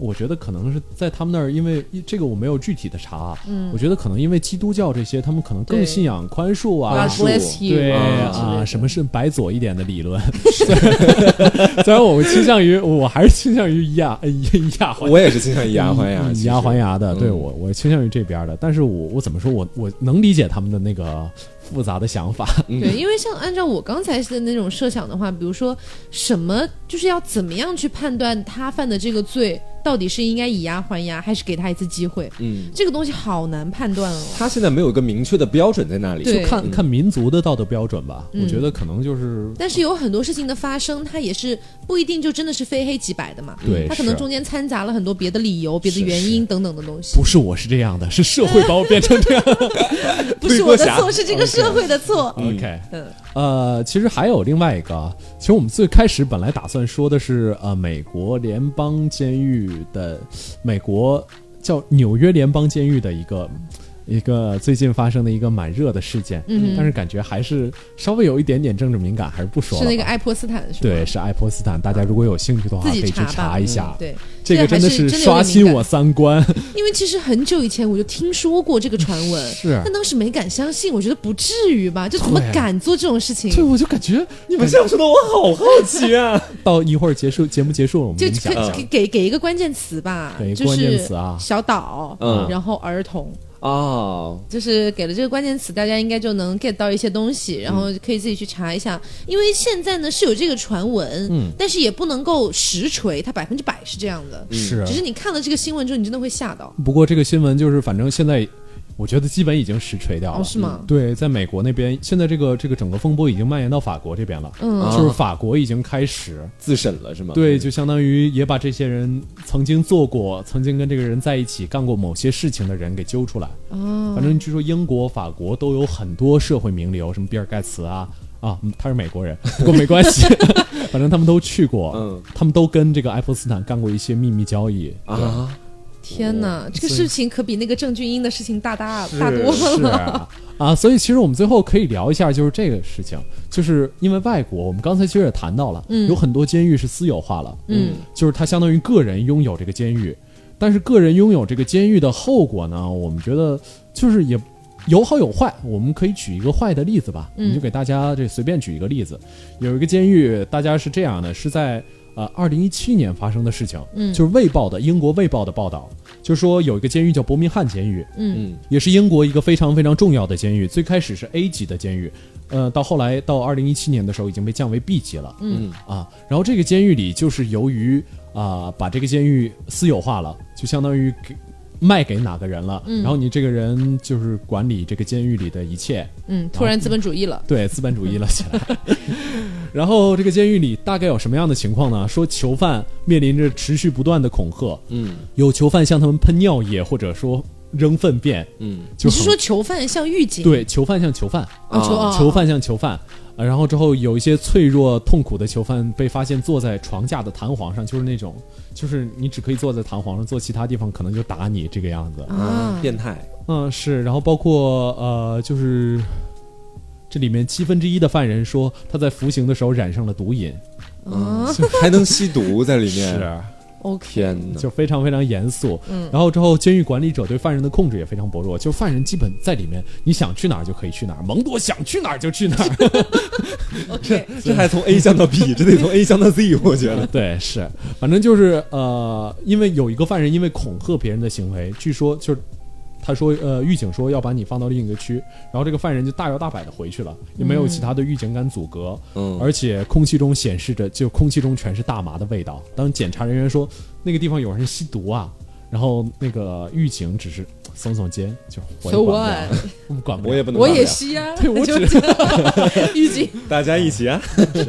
S2: 我觉得可能是在他们那儿，因为这个我没有具体的查啊。嗯，我觉得可能因为基督教这些，他们可能更
S4: 对
S2: 信仰宽恕啊。
S3: 宽
S4: God
S3: 恕
S4: bless you，
S2: 对
S4: 之类
S2: 啊，
S4: 的
S2: 什么是白左一点的理论？ 虽然我倾向于，我还是倾向于以牙以以牙还
S3: 我也是经常以牙还牙，
S2: 以
S3: 其
S2: 嗯牙
S3: 实
S2: 还。牙的。对
S3: 嗯
S2: 我，我倾向于这边的，但是我我怎么说，我我能理解他们的那个复杂的想法。
S4: 对，因为像按照我刚才的那种设想的话，比如说什么，就是要怎么样去判断他犯的这个罪到底是应该以牙还牙，还是给他一次机会？
S3: 嗯，
S4: 这个东西好难判断哦。
S3: 他现在没有一个明确的标准在那里。
S4: 对
S2: 看看民族的道德标准吧，我
S4: 嗯
S2: 觉得可能就是
S4: 但是有很多事情的发生，它也是不一定就真的是非黑即白的嘛。
S2: 对
S4: 它可能
S2: 是啊
S4: 中间掺杂了很多别的理由、别的
S2: 是
S4: 原
S2: 是
S4: 因等等的东西。
S2: 不是我是这样的，是社会把我变成这样。
S4: 不是
S3: 对
S4: 我
S3: 过
S4: 的
S3: 峡
S4: 错，是这个社会的错。
S2: OK，
S4: 嗯
S2: 呃，其实还有另外一个啊，其实我们最开始本来打算说的是，呃，美国联邦监狱的美国叫纽约联邦监狱的一个一个最近发生的一个蛮热的事件，
S4: 嗯
S2: 但是感觉还是稍微有一点点政治敏感，还是不说
S4: 是
S2: 了吧。
S4: 那个爱泼斯坦是吧？
S2: 对，是爱啊泼斯坦，大家如果有兴趣的话，
S4: 自
S2: 可
S4: 己
S2: 以去
S4: 查吧嗯
S2: 查一下。
S4: 对，
S2: 这个真的
S4: 还是真的有
S2: 刷
S4: 点
S2: 新
S4: 敏
S2: 我三 观。
S4: 感，因为其实很久以前我就听说过这个传闻，
S2: 是
S4: 但当时没敢相信，我觉得不至于吧，就怎么
S2: 对啊
S4: 敢做这种事情？
S2: 对，我就感觉
S3: 你们这样说的我好好奇 啊！
S2: 到一会儿结束节目结束了，我们
S4: 就
S2: 跟你讲
S4: 可。以给给一个关键词吧
S2: 啊给一，个
S4: 就
S2: 关键
S4: 是
S2: 词啊
S4: 小岛，
S3: 嗯
S4: 然后儿童，
S3: 哦，
S4: 就是给了这个关键词，大家应该就能 get 到一些东西，然后可以自己去查一下。因为现在呢是有这个传闻，
S2: 嗯
S4: 但是也不能够实锤，它百分之百是这样的。
S2: 是啊
S4: 只是你看了这个新闻之后，你真的会吓到。
S2: 不过这个新闻就是，反正现在我觉得基本已经实锤掉了。嗯
S4: 哦，是吗？
S2: 对，在美国那边，现在这个这个整个风波已经蔓延到法国这边了。
S4: 嗯
S3: 啊
S2: 就是法国已经开始，
S3: 自审了是吗？嗯
S2: 对，就相当于也把这些人曾经做过、曾经跟这个人在一起干过某些事情的人给揪出来。
S4: 哦，
S2: 反正据说英国、法国都有很多社会名流，什么比尔盖茨啊啊，嗯他是美国人， 不过没关系，反正他们都去过，
S3: 嗯
S2: 他们都跟这个爱泼斯坦干过一些秘密交易。
S3: 啊，
S4: 天哪，这个事情可比那个郑俊英的事情大大大多了。
S2: 嗯是啊啊，所以其实我们最后可以聊一下，就是这个事情，就是因为外国，我们刚才其实也谈到了，
S4: 嗯
S2: 有很多监狱是私有化了，
S4: 嗯，
S2: 就是它相当于个人拥有这个监狱，但是个人拥有这个监狱的后果呢，我们觉得就是也有好有坏，我们可以举一个坏的例子吧，
S4: 嗯
S2: 你就给大家这随便举一个例子，有一个监狱，大家是这样的，是在呃二零一七年发生的事情，
S4: 嗯
S2: 就是《卫报》的英国《卫报》的报道，就说有一个监狱叫伯明翰监狱，
S4: 嗯
S3: 嗯
S2: 也是英国一个非常非常重要的监狱，最开始是 A 级的监狱，呃，到后来到二零一七年的时候已经被降为 B 级了，
S3: 嗯
S2: 啊，然后这个监狱里就是由于啊、把这个监狱私有化了，就相当于给卖给哪个人了，
S4: 嗯
S2: 然后你这个人就是管理这个监狱里的一切，
S4: 嗯，突然资本主义了。
S2: 对资本主义了起来。 然后这个监狱里大概有什么样的情况呢？说囚犯面临着持续不断的恐吓，
S3: 嗯
S2: 有囚犯向他们喷尿液，或者说扔粪便，
S3: 嗯，
S2: 就
S4: 你是
S2: 很
S4: 说囚犯像狱警？
S2: 对囚犯向囚犯，
S4: 哦，囚
S3: 啊
S4: 哦
S2: 囚犯向囚犯。呃然后之后有一些脆弱痛苦的囚犯被发现坐在床架的弹簧上，就是那种，就是你只可以坐在弹簧上，坐其他地方可能就打你这个样子。
S4: 啊，
S3: 变态，
S2: 嗯，是。然后包括呃，就是这里面七分之一的犯人说他在服刑的时候染上了毒瘾，嗯
S4: 啊
S3: 还能吸毒在里面，嗯
S4: ，OK，
S3: 天哪！
S2: 就非常非常严肃。
S4: 嗯
S2: 然后之后，监狱管理者对犯人的控制也非常薄弱，就是犯人基本在里面，你想去哪儿就可以去哪儿，蒙多想去哪儿就去哪儿。
S4: ，OK，
S3: 这还从 A 降到 B，这得从 A 降到 Z，我觉 得。
S2: 对，是，反正就是呃，因为有一个犯人因为恐吓别人的行为，据说就是他说呃，狱警说要把你放到另一个区，然后这个犯人就大摇大摆的回去了，也没有其他的狱警敢阻隔，
S3: 嗯
S2: 而且空气中显示着就空气中全是大麻的味道。当检查人员说那个地方有人吸毒啊，然后那个狱警只是耸耸肩，就我也
S4: So
S2: 管不了
S4: what？
S2: 我们管不
S3: 我也
S2: 了，
S3: 不能
S4: 我
S3: 干
S4: 也
S3: 了
S4: 吸啊，
S2: 对我
S4: 就 狱警
S3: 大家一起啊！
S2: 是。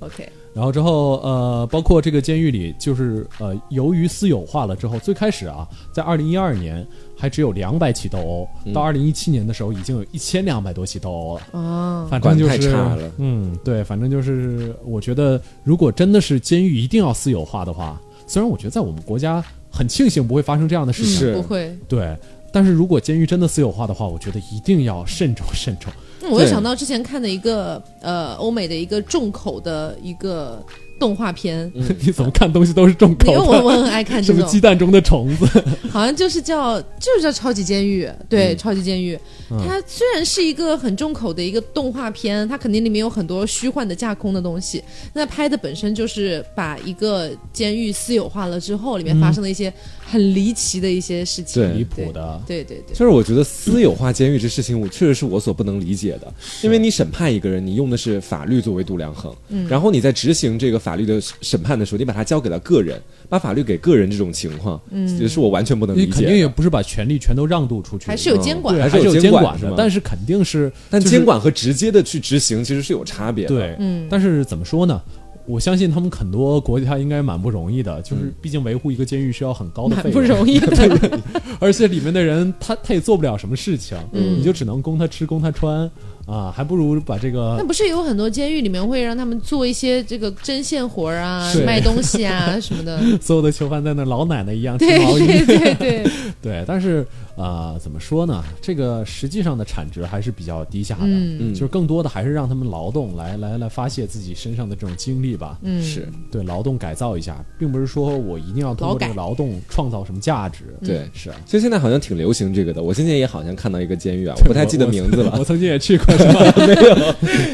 S4: ，OK，
S2: 然后之后，呃，包括这个监狱里，就是呃，由于私有化了之后，最开始啊，在二零一二年还只有两百起斗殴，到二零一七年的时候已经有一千两百多起斗殴了。
S4: 哦，
S2: 反正就是
S3: 管太差了
S2: 嗯，对，反正就是，我觉得如果真的是监狱一定要私有化的话，虽然我觉得在我们国家很庆幸不会发生这样的事情，
S3: 是
S4: 嗯不会。
S2: 对，但是如果监狱真的私有化的话，我觉得一定要慎重慎重。
S4: 嗯我又
S3: 对
S4: 想到之前看的一个呃欧美的一个重口的一个动画片，
S2: 你怎么看东西都是重
S4: 因
S2: 口
S4: 为我
S2: 的，
S4: 我很爱看
S2: 什
S4: 这
S2: 么
S4: 种，
S2: 鸡蛋中的虫子。
S4: 好像就是叫就是叫超级监狱，对，超级监狱。
S2: 嗯
S4: 它虽然是一个很重口的一个动画片，它肯定里面有很多虚幻的架空的东西。那拍的本身就是把一个监狱私有化了之后，里面发生的一些很离奇的一些事情。
S3: 对
S2: 离谱的
S4: 对对对
S3: 就是我觉得私有化监狱这事情，我确实是我所不能理解的，因为你审判一个人，你用的是法律作为度量衡，然后你在执行这个法律的审判的时候，你把它交给了个人，把法律给个人这种情况，嗯，也是我完全不能
S2: 你
S3: 理
S2: 肯定
S3: 解。嗯
S2: 也不是把权力全都让渡出去的，
S4: 还是有监管
S2: 对
S4: 的
S2: 还是有
S3: 还是有监
S2: 管
S3: 管
S2: 的，
S3: 是吗
S2: 但是肯定是，
S3: 但
S2: 就是
S3: 监管和直接的去执行其实是有差别的。，
S2: 对，
S4: 嗯
S2: 但是怎么说呢？我相信他们很多国家应该蛮不容易的，
S3: 嗯
S2: 就是毕竟维护一个监狱是要很高的费用，
S4: 蛮不容易的，
S2: 而且里面的人他他也做不了什么事情，
S4: 嗯
S2: 你就只能供他吃供他穿啊、啊，还不如把这
S4: 那
S2: 个
S4: 不是有很多监狱里面会让他们做一些这个针线活儿啊
S2: 是、
S4: 卖东西啊 什么的？
S2: 所有的囚犯在那老奶奶一样织
S4: 对
S2: 毛衣，
S4: 对对对，
S2: 对，但是呃，怎么说呢？这个实际上的产值还是比较低下的，
S4: 嗯
S2: 就是更多的还是让他们劳动来来来发泄自己身上的这种精力吧。
S4: 嗯，
S3: 是
S2: 对，劳动改造一下，并不是说我一定要通
S4: 劳
S2: 过这个
S4: 改
S2: 劳动创造什么价值。
S4: 嗯
S3: 对。
S2: 是啊，
S3: 其实现在好像挺流行这个的，我今天也好像看到一个监狱啊，我
S2: 对
S3: 不太记得名字
S2: 我
S3: 了。
S2: 曾经也去过，是 吧？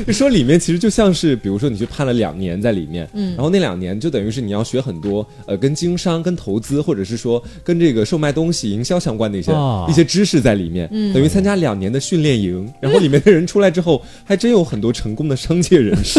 S3: 就 说里面其实就像是，比如说你去判了两年在里面，
S4: 嗯
S3: 然后那两年就等于是你要学很多呃跟经商、跟投资，或者是说跟这个售卖东西、营销相关的一些、
S2: 啊
S3: 一些知识在里面，
S4: 嗯
S3: 等于参加两年的训练营，然后里面的人出来之后，还真有很多成功的商界人士，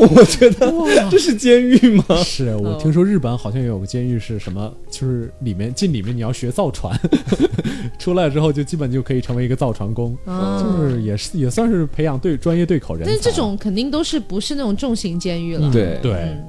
S3: 我觉得这是监狱吗？
S2: 是我
S4: 哦
S2: 听说日本好像有个监狱是什么，就是里面进里面你要学造船， 出来之后就基本就可以成为一个造船工，
S4: 啊
S2: 就是也是也算是培养对专业对口人才。
S4: 但是这种肯定都是不是那种重刑监狱了。
S2: 嗯
S3: 对
S2: 对，
S4: 嗯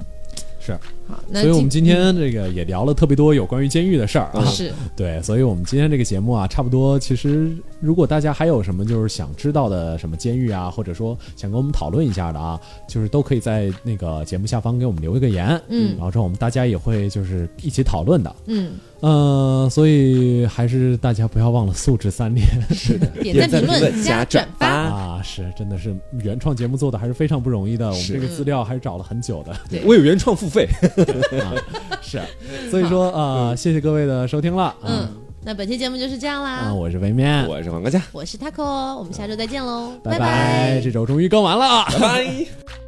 S2: 是。
S4: 好，那
S2: 所以我们今天这个也聊了特别多有关于监狱的事儿啊。
S4: 嗯是
S2: 对，所以我们今天这个节目啊，差不多。其实，如果大家还有什么就是想知道的什么监狱啊，或者说想跟我们讨论一下的啊，就是都可以在那个节目下方给我们留一个言，
S4: 嗯
S2: 然后之后我们大家也会就是一起讨论的。
S4: 嗯，
S2: 呃，所以还是大家不要忘了素质三连
S4: 点赞、评
S3: 评
S4: 论、
S3: 论加
S4: 加转
S3: 转
S4: 发，
S3: 发。
S2: 啊， 是真的是原创节目做的还是非常不容易的，我们
S3: 是
S2: 这个资料还是找了很久的。
S4: 对
S3: 我有原创付费，
S2: 啊，是，所以说啊、呃谢谢各位的收听了，啊
S4: 嗯，那本期节目就是这样
S2: 啊，
S4: 啦。
S2: 我是维面，
S3: 我是黄瓜酱，
S4: 我是 Taco，哦我们下周再见喽，
S2: 拜拜，这周终于更完了。啊
S3: 拜拜。